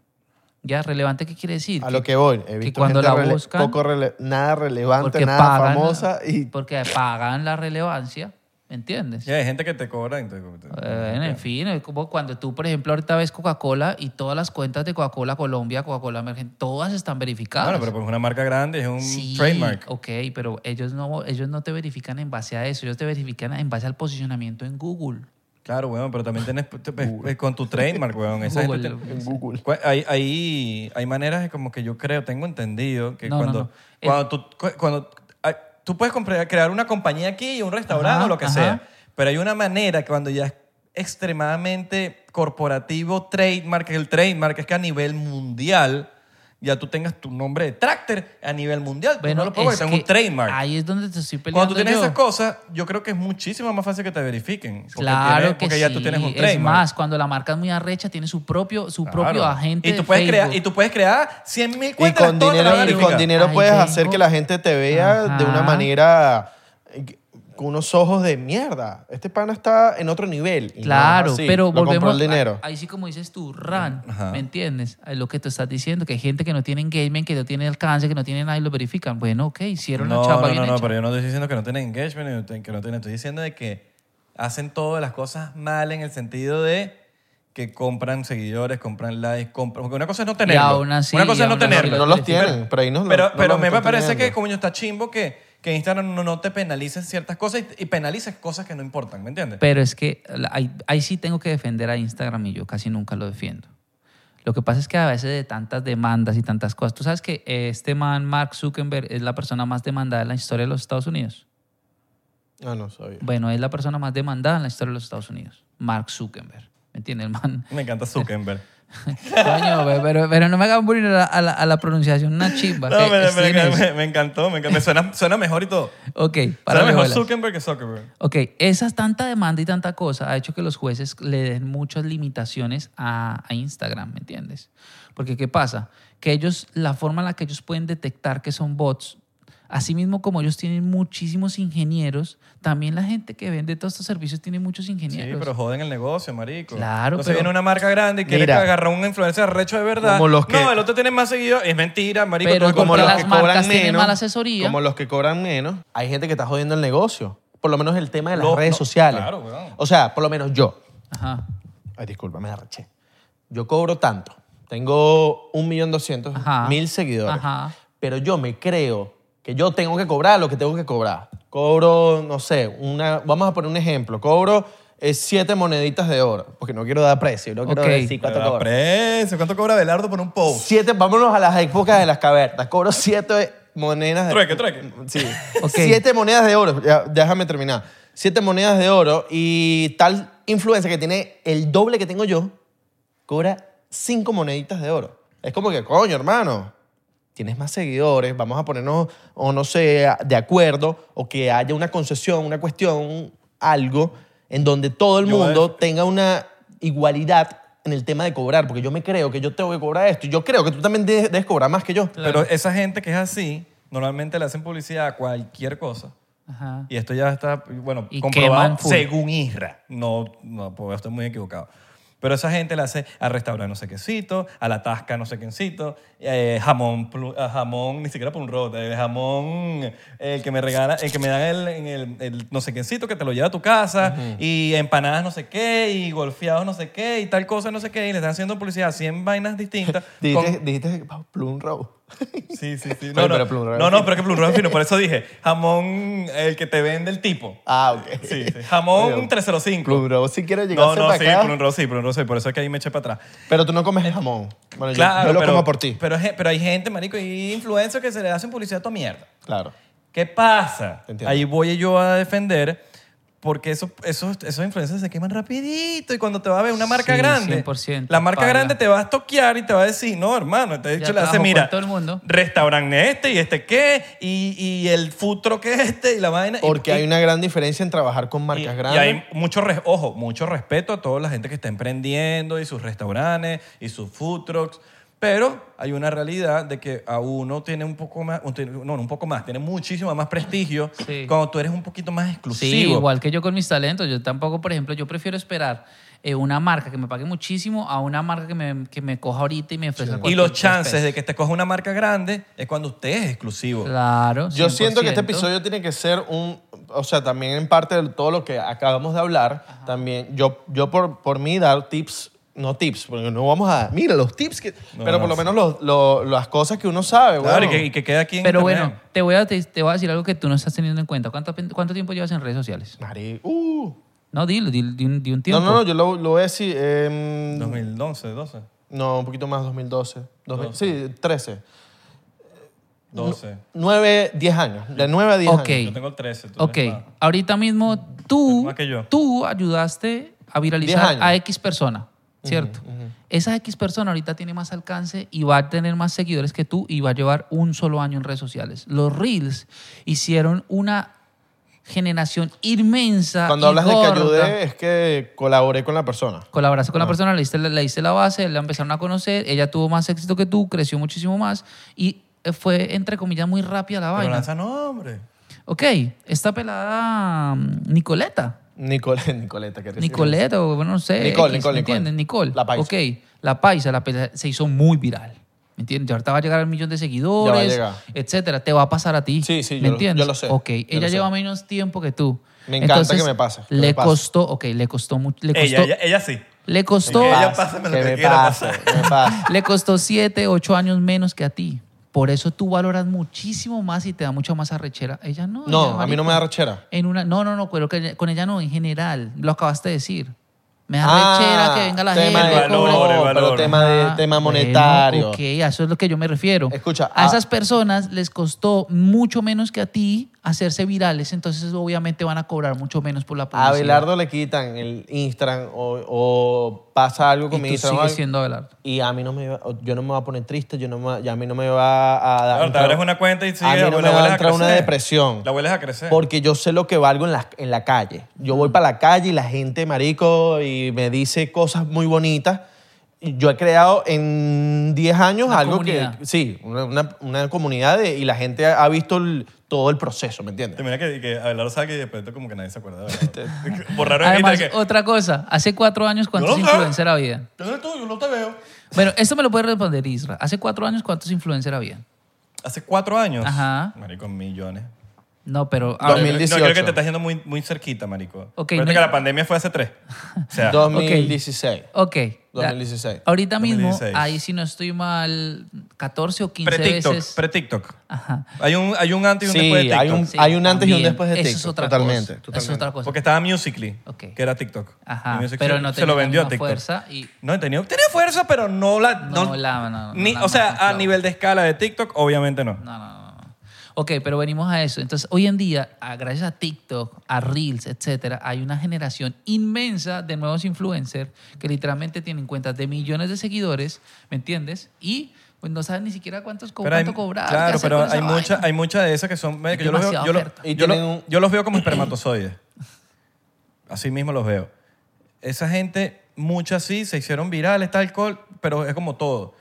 S2: ¿Ya? ¿Relevante qué quiere decir?
S1: A lo que voy. He
S2: que
S1: visto
S2: cuando
S1: gente
S2: la
S1: rele-
S2: buscan-
S1: poco rele- nada relevante, nada famosa y
S2: Porque pagan la relevancia, ¿entiendes?
S3: Sí, hay gente que te cobra. entonces-
S2: Eh, en fin, es como cuando tú, por ejemplo, ahorita ves Coca-Cola y todas las cuentas de Coca-Cola Colombia, Coca-Cola Emergente, todas están verificadas.
S3: Bueno, pero porque es una marca grande, es un
S2: Sí,
S3: trademark.
S2: Ok, pero ellos no, ellos no te verifican en base a eso, ellos te verifican en base al posicionamiento en Google.
S3: Claro, weón, pero también tienes te- te- con tu trademark, weón. Esa gente
S2: Google.
S3: te-
S1: en Google.
S3: Cu- Hay, hay, hay maneras de como que yo creo, tengo entendido que
S2: No, no,
S3: cuando,
S2: no. Eh,
S3: cuando, tú, cu- cuando ah, tú puedes compre- crear una compañía aquí y un restaurante
S2: Ajá,
S3: o lo que
S2: ajá.
S3: sea, pero hay una manera que cuando ya es extremadamente corporativo, trademark, el trademark es que a nivel mundial ya tú tengas tu nombre de tractor a nivel mundial.
S2: Bueno,
S3: Bueno, no lo puedes
S2: es
S3: porque tengo un
S2: que
S3: trademark.
S2: Ahí es donde te estoy peleando
S3: cuando tú tienes
S2: yo.
S3: esas cosas, yo creo que es muchísimo más fácil que te verifiquen. porque
S2: Claro
S3: tienes-
S2: que
S3: Porque ya
S2: sí.
S3: tú tienes un trademark.
S2: es más, cuando la marca es muy arrecha, tiene su propio, su propio
S3: Claro.
S2: agente
S3: y tú
S2: de
S3: puedes crear
S2: Facebook.
S3: y tú puedes crear 100 mil
S1: Y
S3: cuentas
S1: con
S3: todas te la van a
S1: dinero, y
S3: verificar.
S1: con dinero
S2: Ahí
S1: puedes
S2: tengo.
S1: hacer que la gente te vea de una
S2: Ajá.
S1: manera eh, con unos ojos de mierda. Este pana está en otro nivel. Y no es
S2: Claro,
S1: así.
S2: pero
S1: Lo compró
S2: volvemos.
S1: el dinero.
S2: Ahí sí, como dices tú, RAN,
S3: Ajá.
S2: ¿me entiendes? A Lo que tú estás diciendo, que hay gente que no tiene engagement, que no tiene alcance, que no tiene nada y lo verifican. Bueno, ok, hicieron
S3: no,
S2: una chamba
S3: no,
S2: bien
S3: no, no,
S2: hecha.
S3: pero yo no estoy diciendo que no tienen engagement, ni te- que no tienen, estoy diciendo de que hacen todas las cosas mal en el sentido de que compran seguidores, compran likes, compran... Porque una cosa es no tenerlo.
S2: aún así,
S3: una cosa es
S2: y
S3: no
S2: aún así
S3: tenerlo.
S2: lo-
S1: no los tienen, pero ahí no no
S3: Pero, pero
S1: los
S3: me
S1: están
S3: parece que,
S1: teniendo.
S3: coño, está chimbo que, que Instagram no, no te penaliza en ciertas cosas y, y penaliza cosas que no importan, ¿me entiendes?
S2: Pero es que la- ahí, ahí sí tengo que defender a Instagram y yo casi nunca lo defiendo. Lo que pasa es que a veces de tantas demandas y tantas cosas, tú sabes que eh, este man, Mark Zuckerberg, es la persona más demandada en la historia de los Estados Unidos.
S1: Ah, no sabía.
S2: Bueno, es la persona más demandada en la historia de los Estados Unidos. Mark Zuckerberg. ¿Me entiendes? El man
S3: Me encanta Zuckerberg.
S2: Coño, güey, pero, pero no me hagan bullying a la, a la- a la pronunciación, una chimba.
S3: No,
S2: que
S3: me,
S2: es
S3: me-
S2: Guinness.
S3: me- me encantó, me encantó. Me suena, suena mejor y todo.
S2: Ok, para
S3: Suena mejor
S2: bolas.
S3: Zuckerberg que Zuckerberg.
S2: Ok, esa tanta demanda y tanta cosa ha hecho que los jueces le den muchas limitaciones a, a Instagram, ¿me entiendes? Porque ¿qué pasa? Que ellos, la forma en la que ellos pueden detectar que son bots, así mismo como ellos tienen muchísimos ingenieros, también la gente que vende todos estos servicios tiene muchos
S3: Sí,
S2: ingenieros.
S3: pero joden el negocio, marico.
S2: Claro,
S3: Entonces
S2: pero-
S3: viene una marca grande y quiere
S1: Mira.
S3: agarrar un influencer recho de verdad.
S1: Como los que-
S3: No, el otro tiene más seguidores. Es mentira, marico.
S2: Pero
S3: tú
S2: como
S3: compras-
S2: las marcas tienen mala asesoría.
S1: Como los que cobran menos, hay gente que está jodiendo el negocio. Por lo menos el tema de las
S3: Lo-
S1: redes
S3: no,
S1: sociales.
S3: claro, weón.
S1: O sea, por lo menos yo.
S2: Ajá,
S1: Ay, disculpa, me arreché. Yo cobro tanto. Tengo un millón doscientos
S2: Ajá.
S1: mil seguidores.
S2: Ajá.
S1: Pero yo me creo que yo tengo que cobrar lo que tengo que cobrar. Cobro, no sé, una, vamos a poner un ejemplo. Cobro eh, siete moneditas de oro, porque no quiero dar precio, no quiero
S2: Ok.
S1: decir
S3: Pero
S1: cuánto
S3: da
S1: cobro.
S3: precio. ¿Cuánto cobra Belardo por un post?
S1: Siete, vámonos a las épocas de las cavernas. Cobro siete monedas de
S3: Trueque, trueque.
S1: Sí.
S2: Ok.
S1: Siete monedas de oro. Ya, déjame terminar. Siete monedas de oro y tal influencia que tiene el doble que tengo yo cobra cinco moneditas de oro. Es como que, coño, hermano, tienes más seguidores, vamos a ponernos, o no sé, de acuerdo, o que haya una concesión, una cuestión, algo, en donde todo el
S3: Yo voy a
S1: mundo tenga una igualdad en el tema de cobrar, porque yo me creo que yo tengo que cobrar esto, y yo creo que tú también de- debes cobrar más que yo.
S3: Pero esa gente que es así, normalmente le hacen publicidad a cualquier cosa.
S2: ajá.
S3: Y esto ya está, bueno,
S2: Y
S3: comprobado
S2: queman full.
S3: según Isra. No, no, puedo estar muy equivocado. Pero esa gente le hace al restaurante no sé quécito, a la tasca no sé quiéncito, eh, jamón, plu- ah, jamón, ni siquiera por un rota, el jamón, eh, el que me regala, el que me dan el, en el- el no sé quiéncito que te lo lleva a tu casa, y empanadas no sé qué, y golfeados no sé qué, y tal cosa no sé qué, y le están haciendo publicidad a 100 vainas distintas. con-
S1: Dijiste, dijiste pa- Plum Row.
S3: Sí, sí, sí. No,
S1: Oye,
S3: no,
S1: pero plumero
S3: no,
S1: es
S3: no,
S1: fino.
S3: pero que plumero es fino. Por eso dije, jamón, el que te vende el tipo.
S1: Ah, ok.
S3: Sí, sí. Jamón
S1: Oye,
S3: 305.
S1: Plum Row si quiero llegar
S3: No,
S1: no,
S3: no, sí,
S1: acá.
S3: plumero sí, plumero sí. Por eso es que ahí me eché para atrás.
S1: Pero tú no comes jamón. Bueno, yo-
S3: Claro,
S1: yo, lo
S3: pero,
S1: como por ti.
S3: Pero, je- pero hay gente, marico, y influencers que se le hacen publicidad a tu mierda.
S1: claro.
S3: ¿Qué pasa?
S1: Entiendo.
S3: Ahí voy yo a defender porque eso, esos, esos influencers se queman rapidito y cuando te va a ver una marca
S2: Sí,
S3: grande,
S2: 100%,
S3: la marca
S2: paga.
S3: grande te va a toquear y te va a decir, no, hermano, te he dicho, le hace,
S2: trabajo con
S3: mira,
S2: todo el mundo".
S3: restaurante este y este qué, y, y el futuro que este y la vaina. y-
S1: Porque
S3: y-
S1: hay una gran diferencia en trabajar con
S3: y,
S1: marcas
S3: y
S1: grandes.
S3: hay mucho, res- ojo, mucho respeto a toda la gente que está emprendiendo y sus restaurantes y sus food trucks, pero hay una realidad de que a uno tiene un poco más, un- tiene- no, no un poco más, tiene muchísimo más prestigio
S2: Sí.
S3: cuando tú eres un poquito más exclusivo.
S2: Sí, igual que yo con mis talentos. Yo tampoco, por ejemplo, yo prefiero esperar eh, una marca que me pague muchísimo a una marca que me, que me coja ahorita y me ofrezca
S3: Y
S2: cualquier
S3: los chances
S2: especie.
S3: de que te coja una marca grande es cuando usted es exclusivo.
S2: Claro.
S1: Yo siento que este
S2: 100%.
S1: episodio tiene que ser un, o sea, también en parte de todo lo que acabamos de hablar, también yo, yo por, por mí dar tips, no tips, porque no vamos a, mira, los tips, que,
S3: No,
S1: pero por lo
S3: no, sí.
S1: menos los- lo- las cosas que uno sabe,
S3: Claro, y
S1: weón.
S3: que, y que quede aquí en
S2: Pero
S3: internet.
S2: bueno, te voy, a, te, te voy a decir algo que tú no estás teniendo en cuenta. ¿Cuánto, cuánto tiempo llevas en redes sociales?
S1: Mari- uh.
S2: No, dilo, di, di un, di un
S1: No,
S2: tiempo.
S1: no, no, yo lo, lo voy a decir,
S3: Mm.
S1: em,
S3: 2011, 12,
S1: no, un poquito más, 2012, 2000,
S3: Doce.
S1: sí, 13,
S3: 12.
S1: 9, 10 años, de 9 a 10
S2: Ok.
S1: años.
S3: Yo tengo el 13. tú
S2: Ok,
S3: eres más.
S2: ahorita mismo tú,
S3: Más que yo.
S2: tú ayudaste a
S1: Diez
S2: viralizar
S1: años.
S2: a X persona, ¿cierto? Esa X persona ahorita tiene más alcance y va a tener más seguidores que tú y va a llevar un solo año en redes sociales. Los Reels hicieron una generación inmensa.
S1: Cuando
S2: Ah, y
S1: hablas de que
S2: gorda.
S1: ayudé es que colaboré con la persona.
S2: Colaboraste
S1: Ah.
S2: con la persona, le diste, le diste la base, la empezaron a conocer, ella tuvo más éxito que tú, creció muchísimo más y eh, fue, entre comillas, muy rápida la
S3: Pero
S2: vaina.
S3: lanza nombre.
S2: Ok, esta pelada mm, Nicoleta.
S1: Nicole, Nicoleta, ¿qué te
S2: Nicoleta, o bueno, no sé.
S1: Nicole,
S2: X,
S1: Nicole,
S2: ¿me
S1: Nicole.
S2: entiendes? Nicole.
S1: La Paisa.
S2: Ok, la paisa, la paisa se hizo muy viral. ¿Me entiendes? Y ahorita va a llegar al millón de seguidores,
S1: llegar.
S2: etcétera. Te va a pasar a ti.
S1: Sí, sí,
S2: ¿me
S1: yo lo-
S2: entiendes?
S1: yo lo sé,
S2: Ok,
S1: yo lo
S2: ella
S1: sé.
S2: lleva menos tiempo que tú.
S1: Me encanta que me pase, que
S2: le
S1: me pase.
S2: costó, ok, le costó mucho. Le costó,
S3: Ella, ella, ella sí.
S2: Le costó,
S3: Que ella
S1: Pasa,
S3: pásame lo que
S1: me
S3: quiera
S1: pasa,
S3: pasar.
S1: que me pasa.
S2: le costó siete, ocho años menos que a ti. Por eso tú valoras muchísimo más y te da mucha más arrechera. Ella no.
S1: No,
S2: ella,
S1: a mí no
S2: marico,
S1: me da rechera.
S2: en una, no, no, no, pero que- con ella no, en general. Lo acabaste de decir. Me da
S1: Ah,
S2: rechera que venga la
S1: tema
S2: gente.
S1: de
S2: cobre.
S3: valor,
S1: no,
S3: el valor.
S1: pero tema, de,
S2: Ah,
S1: tema
S2: bueno,
S1: monetario.
S2: ok, a eso es lo que yo me refiero.
S1: Escucha,
S2: A
S1: ah-
S2: esas personas les costó mucho menos que a ti hacerse virales, entonces obviamente van a cobrar mucho menos por la
S1: A
S2: publicidad.
S1: Abelardo le quitan el Instagram o, o pasa algo con mi
S2: Y tú
S1: Instagram.
S2: sigues siendo Abelardo.
S1: Y a mí no me va, yo no me voy a poner triste, yo no me, y a mí no me va a dar...
S3: Claro, te abres una cuenta y
S1: a mí
S3: sigues.
S1: no me va a entrar una depresión.
S3: La vuelves a crecer.
S1: Porque yo sé lo que valgo en la, en la calle. Yo
S2: Mm.
S1: voy para la calle y la gente, marico, y me dice cosas muy bonitas. Y Yo he creado en 10 años
S2: Una
S1: algo
S2: comunidad.
S1: que... Sí, una, una- una comunidad de- y la gente ha ha visto el- todo el proceso, ¿me entiendes?
S3: Te mira que, que Abelardo sabe que de repente como que nadie se acuerda de
S1: Este-
S3: Abelardo. Borraron el
S2: Además,
S3: Twitter que...
S2: otra cosa, hace cuatro años, ¿cuántos
S3: No, no.
S2: influencers había?
S3: ¿Dónde eres tú? Yo no te veo.
S2: Bueno, esto me lo puede responder Isra. Hace cuatro años, ¿cuántos influencers había?
S3: Hace cuatro años.
S2: Ajá.
S3: Marico, millones.
S2: No, pero...
S1: Dos
S2: ahora-
S1: mil. 2018.
S3: No, creo que te estás yendo muy, muy cerquita, marico.
S2: Ok,
S3: Acuérdate
S2: no-
S3: que la pandemia fue hace tres. O sea,
S1: 2016.
S2: Ok. la-
S1: 2016.
S2: Ahorita mismo,
S3: 2016.
S2: ahí si no estoy mal, 14 o 15
S3: pre-TikTok,
S2: veces.
S3: pre-Tiktok.
S2: Ajá.
S3: Hay un, hay un antes y un
S1: Sí,
S3: después de TikTok.
S1: hay un,
S2: Sí,
S1: hay un antes y un
S2: también.
S1: después de
S2: Eso
S1: TikTok.
S2: es otra cosa.
S1: totalmente,
S2: Eso es
S1: totalmente.
S2: otra cosa.
S3: Porque estaba Musical.ly,
S2: Pues- Ok.
S3: que era TikTok.
S2: Ajá,
S3: Y Musical.ly
S2: pero no
S3: se lo
S2: tenía
S3: vendió a
S2: la misma
S3: TikTok.
S2: fuerza y-
S3: No, tenía, tenía fuerza, pero no la...
S2: No, la- no, no,
S3: ni-
S2: la-
S3: o sea,
S2: no,
S3: a
S2: no.
S3: nivel de escala de TikTok, obviamente no.
S2: No, no, no, no. Ok, pero venimos a eso. Entonces, hoy en día, a- gracias a TikTok, a Reels, etcétera, hay una generación inmensa de nuevos influencers que literalmente tienen cuentas de millones de seguidores, ¿me entiendes? Y pues, no saben ni siquiera cuántos co-
S3: hay-
S2: cuánto cobrar. qué
S3: Claro,
S2: hacer
S3: pero
S2: con esa
S3: hay, mucha,
S2: vaina.
S3: hay muchas de esas que son... que yo, los veo,
S2: demasiada
S3: yo, los-
S2: oferta.
S1: Y
S3: yo los-
S1: tienen un-
S3: yo los veo como espermatozoides. Así mismo los veo. Esa gente, muchas sí, se hicieron virales, tal alcohol, pero es como todo.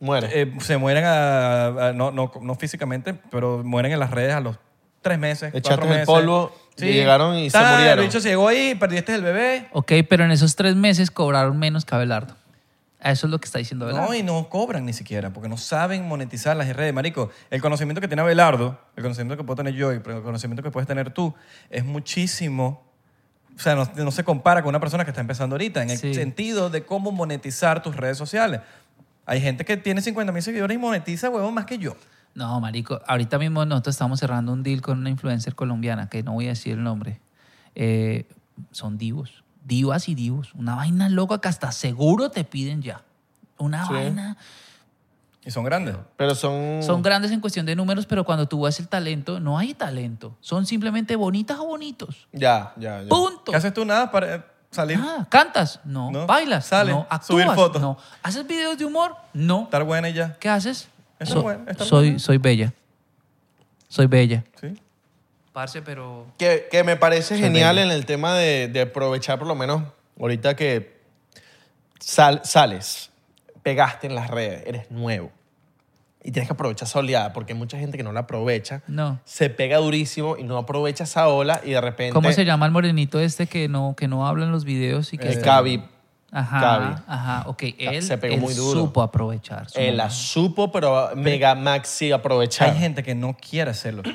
S1: Muere.
S3: Eh, se mueren, a, a- no, no, no físicamente, pero mueren en las redes a los tres meses,
S1: Echaste
S3: cuatro
S1: en el
S3: meses.
S1: polvo, Y llegaron y se
S3: Tal,
S1: murieron.
S3: El bicho se llegó ahí, perdiste el bebé.
S2: Ok, pero en esos tres meses cobraron menos que Abelardo. A Eso es lo que está diciendo Abelardo.
S3: No, y no cobran ni siquiera, porque no saben monetizar las redes. Marico, el conocimiento que tiene Abelardo, el conocimiento que puedo tener yo y el conocimiento que puedes tener tú, es muchísimo. O sea, no, no se compara con una persona que está empezando ahorita, en el
S2: Sí.
S3: sentido de cómo monetizar tus redes sociales. Hay gente que tiene 50 mil seguidores y monetiza, huevón, más que yo.
S2: No, marico, ahorita mismo nosotros estamos cerrando un deal con una influencer colombiana, que no voy a decir el nombre. Eh, son divos, divas y divos. Una vaina loca que hasta seguro te piden ya. Una
S1: Sí.
S2: vaina.
S3: Y son grandes.
S1: Pero
S3: Mm.
S1: son...
S2: Son grandes en cuestión de números, pero cuando tú ves el talento, no hay talento. Son simplemente bonitas o bonitos.
S1: Ya, ya, ya.
S2: Punto.
S3: ¿Qué haces tú nada para eh, salir,
S2: Nada. ¿Cantas? No.
S3: No.
S2: ¿Bailas?
S3: Sale.
S2: No. ¿Actúas?
S3: Subir fotos.
S2: No. ¿Haces videos de humor? No.
S3: estar buena y ya?
S2: ¿Qué haces?
S3: Está bueno, está
S2: soy,
S3: bueno.
S2: soy bella. Soy bella.
S3: ¿Sí?
S2: Parce, pero...
S1: Que, que me parece genial en el tema de, de aprovechar por lo menos ahorita que sal- sales, pegaste en las redes, eres nuevo y tienes que aprovechar esa oleada porque hay mucha gente que no la aprovecha,
S2: No.
S1: se pega durísimo y no aprovecha esa ola y de repente...
S2: ¿Cómo se llama el morenito este que no, que no habla en los videos
S3: Eh,
S2: y que...
S1: El Cavi,
S2: Ajá,
S1: Cavi.
S2: ajá, ok.
S3: Ah,
S2: Él,
S1: Se pegó
S2: él
S1: muy duro.
S2: supo aprovechar. su
S1: él eh, la
S2: momento.
S1: supo, pero mega maxi aprovechar.
S3: Hay gente que no quiere hacerlo.
S1: o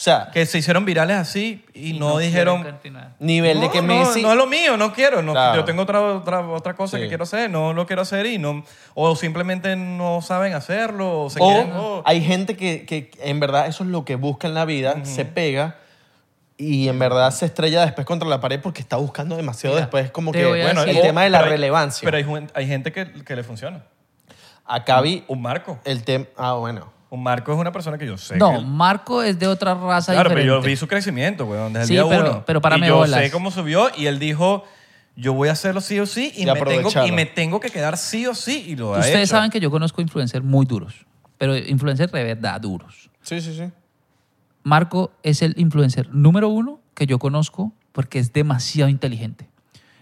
S1: sea,
S3: que se hicieron virales así y, no,
S2: quiere
S3: dijeron...
S2: continuar.
S1: nivel de
S3: "No,
S1: que
S3: no,
S1: Messi...
S3: No, es lo mío, no quiero. no-
S1: Claro.
S3: Yo tengo otra, otra, otra cosa
S1: Sí.
S3: que quiero hacer, no lo quiero hacer y no... O simplemente no saben hacerlo, o se
S1: o
S3: quieren... o-
S1: hay gente que, que en verdad eso es lo que busca en la vida, se pega y en verdad se estrella después contra la pared porque está buscando demasiado
S2: Mira,
S1: después como
S2: te
S1: que
S2: voy a
S1: bueno,
S2: decir-
S1: el tema de la
S3: pero hay-
S1: relevancia.
S3: Pero hay, ju- hay gente que, que le funciona.
S1: a Cavi
S3: Un marco.
S1: el tema ah bueno,
S3: Un marco es una persona que yo sé.
S2: No,
S3: que-
S2: Marco es de otra raza
S3: Claro,
S2: diferente.
S3: pero yo vi su crecimiento, weón, desde
S2: Sí,
S3: el día
S2: pero-
S3: uno.
S2: pero párame
S3: y yo
S2: bolas.
S3: sé cómo subió y él dijo, yo voy a hacerlo sí o sí y,
S1: Y
S3: me tengo,
S1: aprovecharlo.
S3: y me tengo que quedar sí o sí y lo ha
S2: Ustedes
S3: hecho.
S2: saben que yo conozco influencers muy duros, pero influencers de verdad duros.
S1: sí, sí, sí.
S2: Marco es el influencer número uno que yo conozco porque es demasiado inteligente.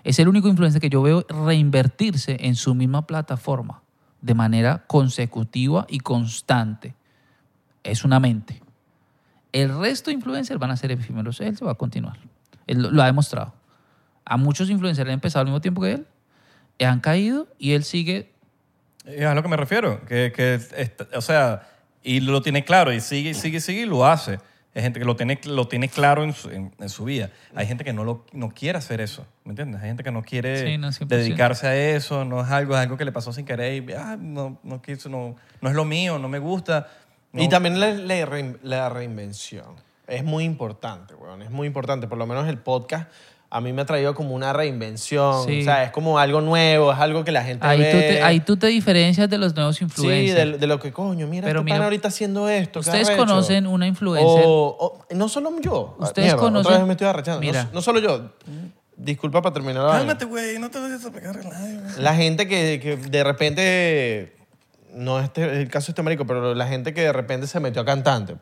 S2: Es el único influencer que yo veo reinvertirse en su misma plataforma de manera consecutiva y constante. Es una mente. El resto de influencers van a ser efímeros. Él se va a continuar. Él lo, lo ha demostrado. A muchos influencers han empezado al mismo tiempo que él, han caído y él sigue
S3: Es a lo que me refiero. Que, que est- o sea, y lo tiene claro y sigue y sigue y sigue y lo hace. Hay gente que lo tiene, lo tiene claro en su, en, en su vida. Hay gente que no, lo, no quiere hacer eso. ¿Me entiendes? Hay gente que no quiere
S2: Sí, no, 100%.
S3: dedicarse a eso. No es algo, es algo que le pasó sin querer y ah, no, no, quiso, no, no es lo mío, no me gusta. no-
S1: Y también la, la rein- la reinvención. Es muy importante, weón. Es muy importante. Por lo menos el podcast a mí me ha traído como una reinvención.
S2: Sí.
S1: O sea, es como algo nuevo, es algo que la gente
S2: Ahí
S1: ve.
S2: tú, te, ahí tú te diferencias de los nuevos
S1: Sí,
S2: influencers.
S1: de, de lo que coño, mira,
S2: Pero
S1: este
S2: mira,
S1: pana ahorita haciendo esto. qué
S2: Ustedes
S1: arrecho.
S2: conocen una influencer.
S1: O, o- no solo yo. Ah,
S2: Ustedes
S1: mierda,
S2: conocen-
S1: Otra vez me estoy arrechando. No-
S2: Mira.
S1: No, solo yo. Disculpa para terminar la vaina.
S3: Cálmate, güey, no te vayas a pegar a nadie. güey.
S1: La gente que, que de repente. No este, el caso de este marico, pero la gente que de repente se metió a cantante.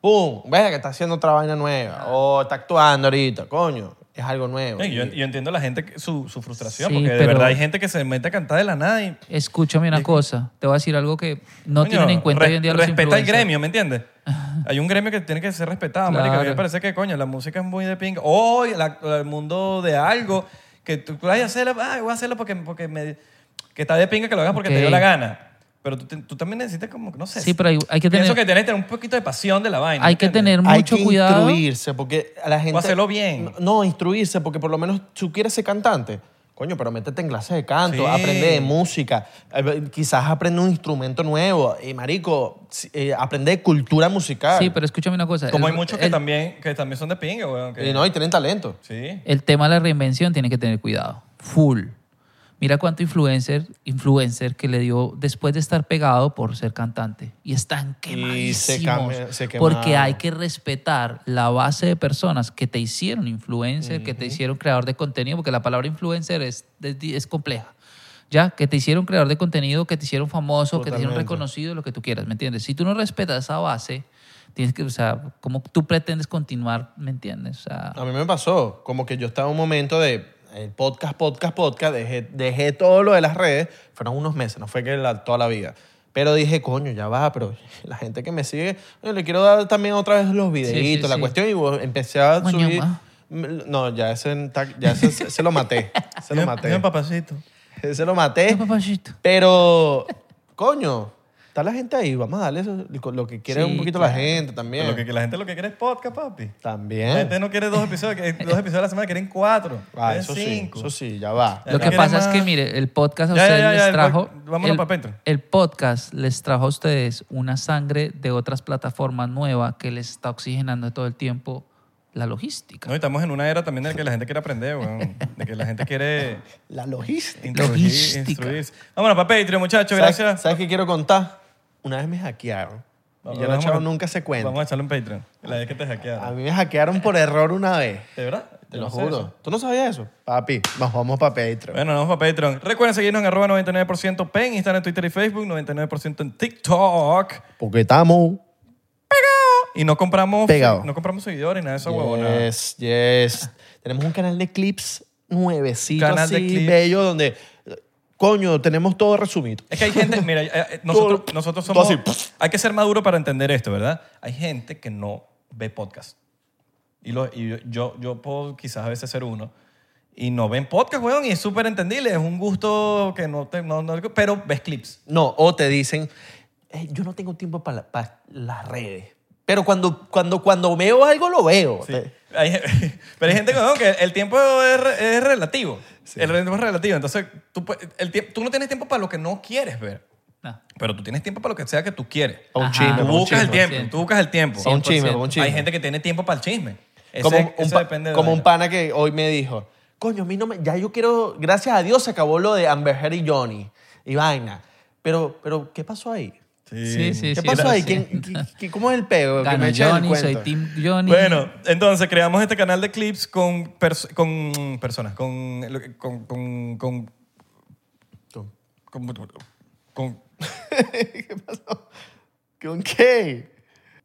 S1: ¡Pum! Vea que está haciendo otra vaina nueva.
S2: Ah.
S1: O está actuando ahorita. Coño, es algo nuevo.
S3: Yo, yo entiendo la gente, que- su, su frustración,
S2: Sí,
S3: porque de
S2: pero-
S3: verdad hay gente que se mete a cantar de la nada y
S2: Escúchame una cosa. Te voy a decir algo que no
S3: Coño,
S2: tienen en cuenta
S3: res-
S2: hoy en día los
S3: Respeta el
S2: influencers.
S3: gremio, ¿me entiendes? Hay un gremio que tiene que ser respetado, marico. A mí
S2: Claro.
S3: me parece que, coño, la música es muy de pinga. Hoy, el mundo de algo que tú tú vas a hacerlo, ah, voy a hacerlo porque, porque me, que está de pinga que lo hagas porque te dio
S2: Ok.
S3: la gana. Pero tú, te- tú también necesitas como, que, no sé.
S2: Sí, pero hay, hay que
S3: Pienso
S2: tener,
S3: que tienes que tener un poquito de pasión de la vaina.
S2: hay
S3: ¿me
S2: que
S3: entiendes?
S2: tener
S1: Hay
S2: mucho
S1: que
S2: cuidado.
S1: instruirse, porque a la gente...
S3: hacerlo bien.
S1: No, instruirse, porque por lo menos tú quieres ser cantante. Coño, pero métete en clases de canto,
S3: Sí.
S1: aprende de música, eh, quizás aprende un instrumento nuevo. Y, marico, si- eh, aprende de cultura musical.
S2: Sí, pero escúchame una cosa.
S3: Como
S2: el-
S3: hay muchos que,
S2: el,
S3: también, que también son de pinga, weón. que-
S1: Y, Eh, no, y tienen talento.
S3: Sí.
S2: el tema de la reinvención tiene que tener cuidado. Full. Mira cuánto influencer, influencer que le dio después de estar pegado por ser cantante. Y están
S1: Y
S2: quemadísimos.
S1: se came- se
S2: porque
S1: quemaron.
S2: hay que respetar la base de personas que te hicieron influencer, que te hicieron creador de contenido, porque la palabra influencer es, es, es compleja. ¿Ya? Que te hicieron creador de contenido, que te hicieron famoso, que te hicieron
S1: Totalmente.
S2: reconocido, lo que tú quieras, ¿me entiendes? Si tú no respetas esa base, tienes que, o sea, ¿cómo tú pretendes continuar, ¿me entiendes? O sea,
S1: A mí me pasó, como que yo estaba en un momento de eh, podcast, podcast, podcast, dejé, dejé todo lo de las redes, fueron unos meses, no fue que la- toda la vida. Pero dije, coño, ya va, pero la gente que me sigue, yo le quiero dar también otra vez los videitos, la
S2: sí.
S1: cuestión, y bueno, empecé a
S2: Coño,
S1: subir.
S2: ma.
S1: No, ya ese, ya ese- se lo maté. Se lo
S3: Dime- dime,
S1: maté.
S3: papacito.
S1: Se lo maté.
S2: No, papachito.
S1: Pero, coño, está la gente ahí. Vamos a darle eso, lo que quiere
S2: Sí,
S1: un poquito la
S2: claro.
S1: gente también.
S3: Lo que, que la gente lo que quiere es podcast, papi. La gente
S1: También.
S3: no quiere dos episodios, que- dos episodios a la semana, quieren cuatro.
S1: ¿Eh? Ah,
S3: quieren
S1: eso sí,
S3: cinco.
S1: eso sí, ya va.
S3: Ya
S2: Lo que
S3: quiere
S2: pasa es que,
S3: más.
S2: mire, el podcast a
S3: Ya, ya,
S2: ustedes
S3: ya, ya,
S2: les
S3: el
S2: trajo.
S3: pod- vámonos
S2: el-
S3: pa' Patreon.
S2: El podcast les trajo a ustedes una sangre de otras plataformas nuevas que les está oxigenando todo el tiempo la logística.
S3: No, y estamos en una era también de que la gente quiere aprender, weón. De que la gente quiere
S1: La logística.
S3: introducir,
S2: Logística.
S3: instruirse. Vámonos para Patreon, muchachos.
S1: ¿Sabes-
S3: Gracias.
S1: ¿Sabes qué quiero contar? Una vez me hackearon. Y yo no he
S3: Vamos
S1: echado
S3: a-
S1: nunca se cuenta.
S3: Vamos a echarlo en Patreon. La vez que te
S1: A
S3: hackearon.
S1: mí me hackearon por error una vez.
S3: ¿De verdad?
S1: Te
S3: Yo
S1: lo
S3: no sé
S1: juro.
S3: eso.
S1: ¿Tú no sabías eso? Papi, nos vamos para Patreon.
S3: Bueno, nos vamos para Patreon. Recuerden seguirnos en arroba 99% PEN, Instagram, en Twitter y Facebook, 99% en TikTok.
S1: Porque estamos.
S3: Y no compramos,
S1: Pegado.
S3: no compramos seguidores, nada de esa huevona.
S1: Yes, yes. Tenemos un canal de clips nuevecito,
S3: Canal
S1: así,
S3: de clips.
S1: bello, donde, coño, tenemos todo resumido.
S3: Es que hay gente, mira, eh, eh, nosotros,
S1: Todo-
S3: nosotros
S1: todo
S3: somos...
S1: así.
S3: Hay que ser maduro para entender esto, ¿verdad? Hay gente que no ve podcast. Y, lo- y yo, yo, yo puedo quizás a veces ser uno. Y no ven podcast, weón, y es súper entendible. Es un gusto que no te... no- no- pero ves clips.
S1: No, o te dicen, "Eh, yo no tengo tiempo para la- para las redes. Pero cuando, cuando, cuando veo algo, lo veo.
S3: Sí.
S1: Te-
S3: Hay- pero hay gente weón, que el tiempo es, re- es relativo. El tiempo es relativo. Entonces, tú, pu- el tiemp- tú no tienes tiempo para lo que no quieres ver.
S2: No.
S3: Pero tú tienes tiempo para lo que sea que tú quieres.
S1: A un
S2: Ajá.
S1: chisme,
S3: Tú
S1: para un
S3: buscas el
S1: chisme.
S3: tiempo, tú buscas el tiempo.
S1: A un chisme,
S2: 100%.
S1: para un chisme.
S3: Hay gente que tiene tiempo para el chisme. Ese-
S1: como un,
S3: eso
S1: pa-
S3: depende de
S1: como un
S3: vaina.
S1: pana que hoy me dijo, coño, a mí no me, ya yo quiero, gracias a Dios se acabó lo de Amber Heard y Johnny y vaina. Pero, pero ¿qué pasó ahí?
S2: Sí, sí,
S1: ¿Qué
S2: sí,
S1: pasó
S2: era
S1: ahí?
S2: así.
S1: ¿Quién- qui- qui- ¿Cómo es el peo? Que
S2: Gano
S1: me echen el
S2: Johnny, soy
S1: cuento.
S2: Team Johnny.
S3: Bueno, entonces creamos este canal de clips con, pers- con personas, con, lo que- con, con, con,
S1: ¿Con-
S3: con- con-
S1: ¿Qué pasó? ¿Con qué?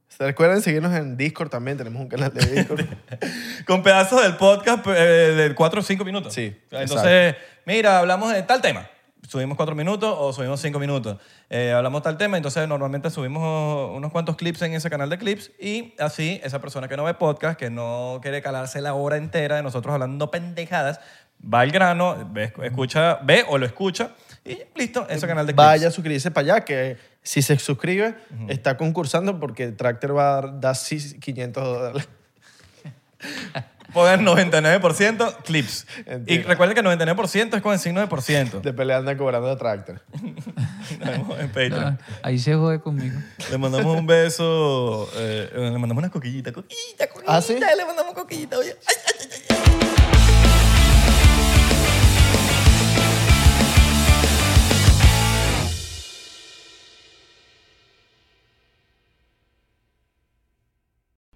S1: ¿Se recuerdan seguirnos en Discord también? Tenemos un canal de Discord.
S3: con pedazos del podcast eh, de 4 o 5 minutos.
S1: Sí,
S3: Entonces, mira, hablamos de tal tema. Subimos 4 minutos o subimos 5 minutos. Eh, hablamos tal tema, entonces normalmente subimos unos cuantos clips en ese canal de clips y así esa persona que no ve podcast, que no quiere calarse la hora entera de nosotros hablando pendejadas, va al grano, ve, escucha, ve o lo escucha y listo, ese canal de clips.
S1: Vaya a suscribirse para allá, que si se suscribe, está concursando porque Tractor va a dar 500 dólares.
S3: Pongan 99% clips. Y
S1: Entiendo.
S3: recuerden que 99% es con el signo de por ciento.
S1: De pelea andan cobrando a Tractor.
S3: Nos vemos en Patreon.
S2: No, Ah, ahí se jode conmigo.
S3: Le mandamos un beso, eh, le mandamos una coquillita, coquillita, coquillita,
S1: ¿Ah, sí?
S3: le mandamos coquillita, oye. Ay, ay, ay, ay.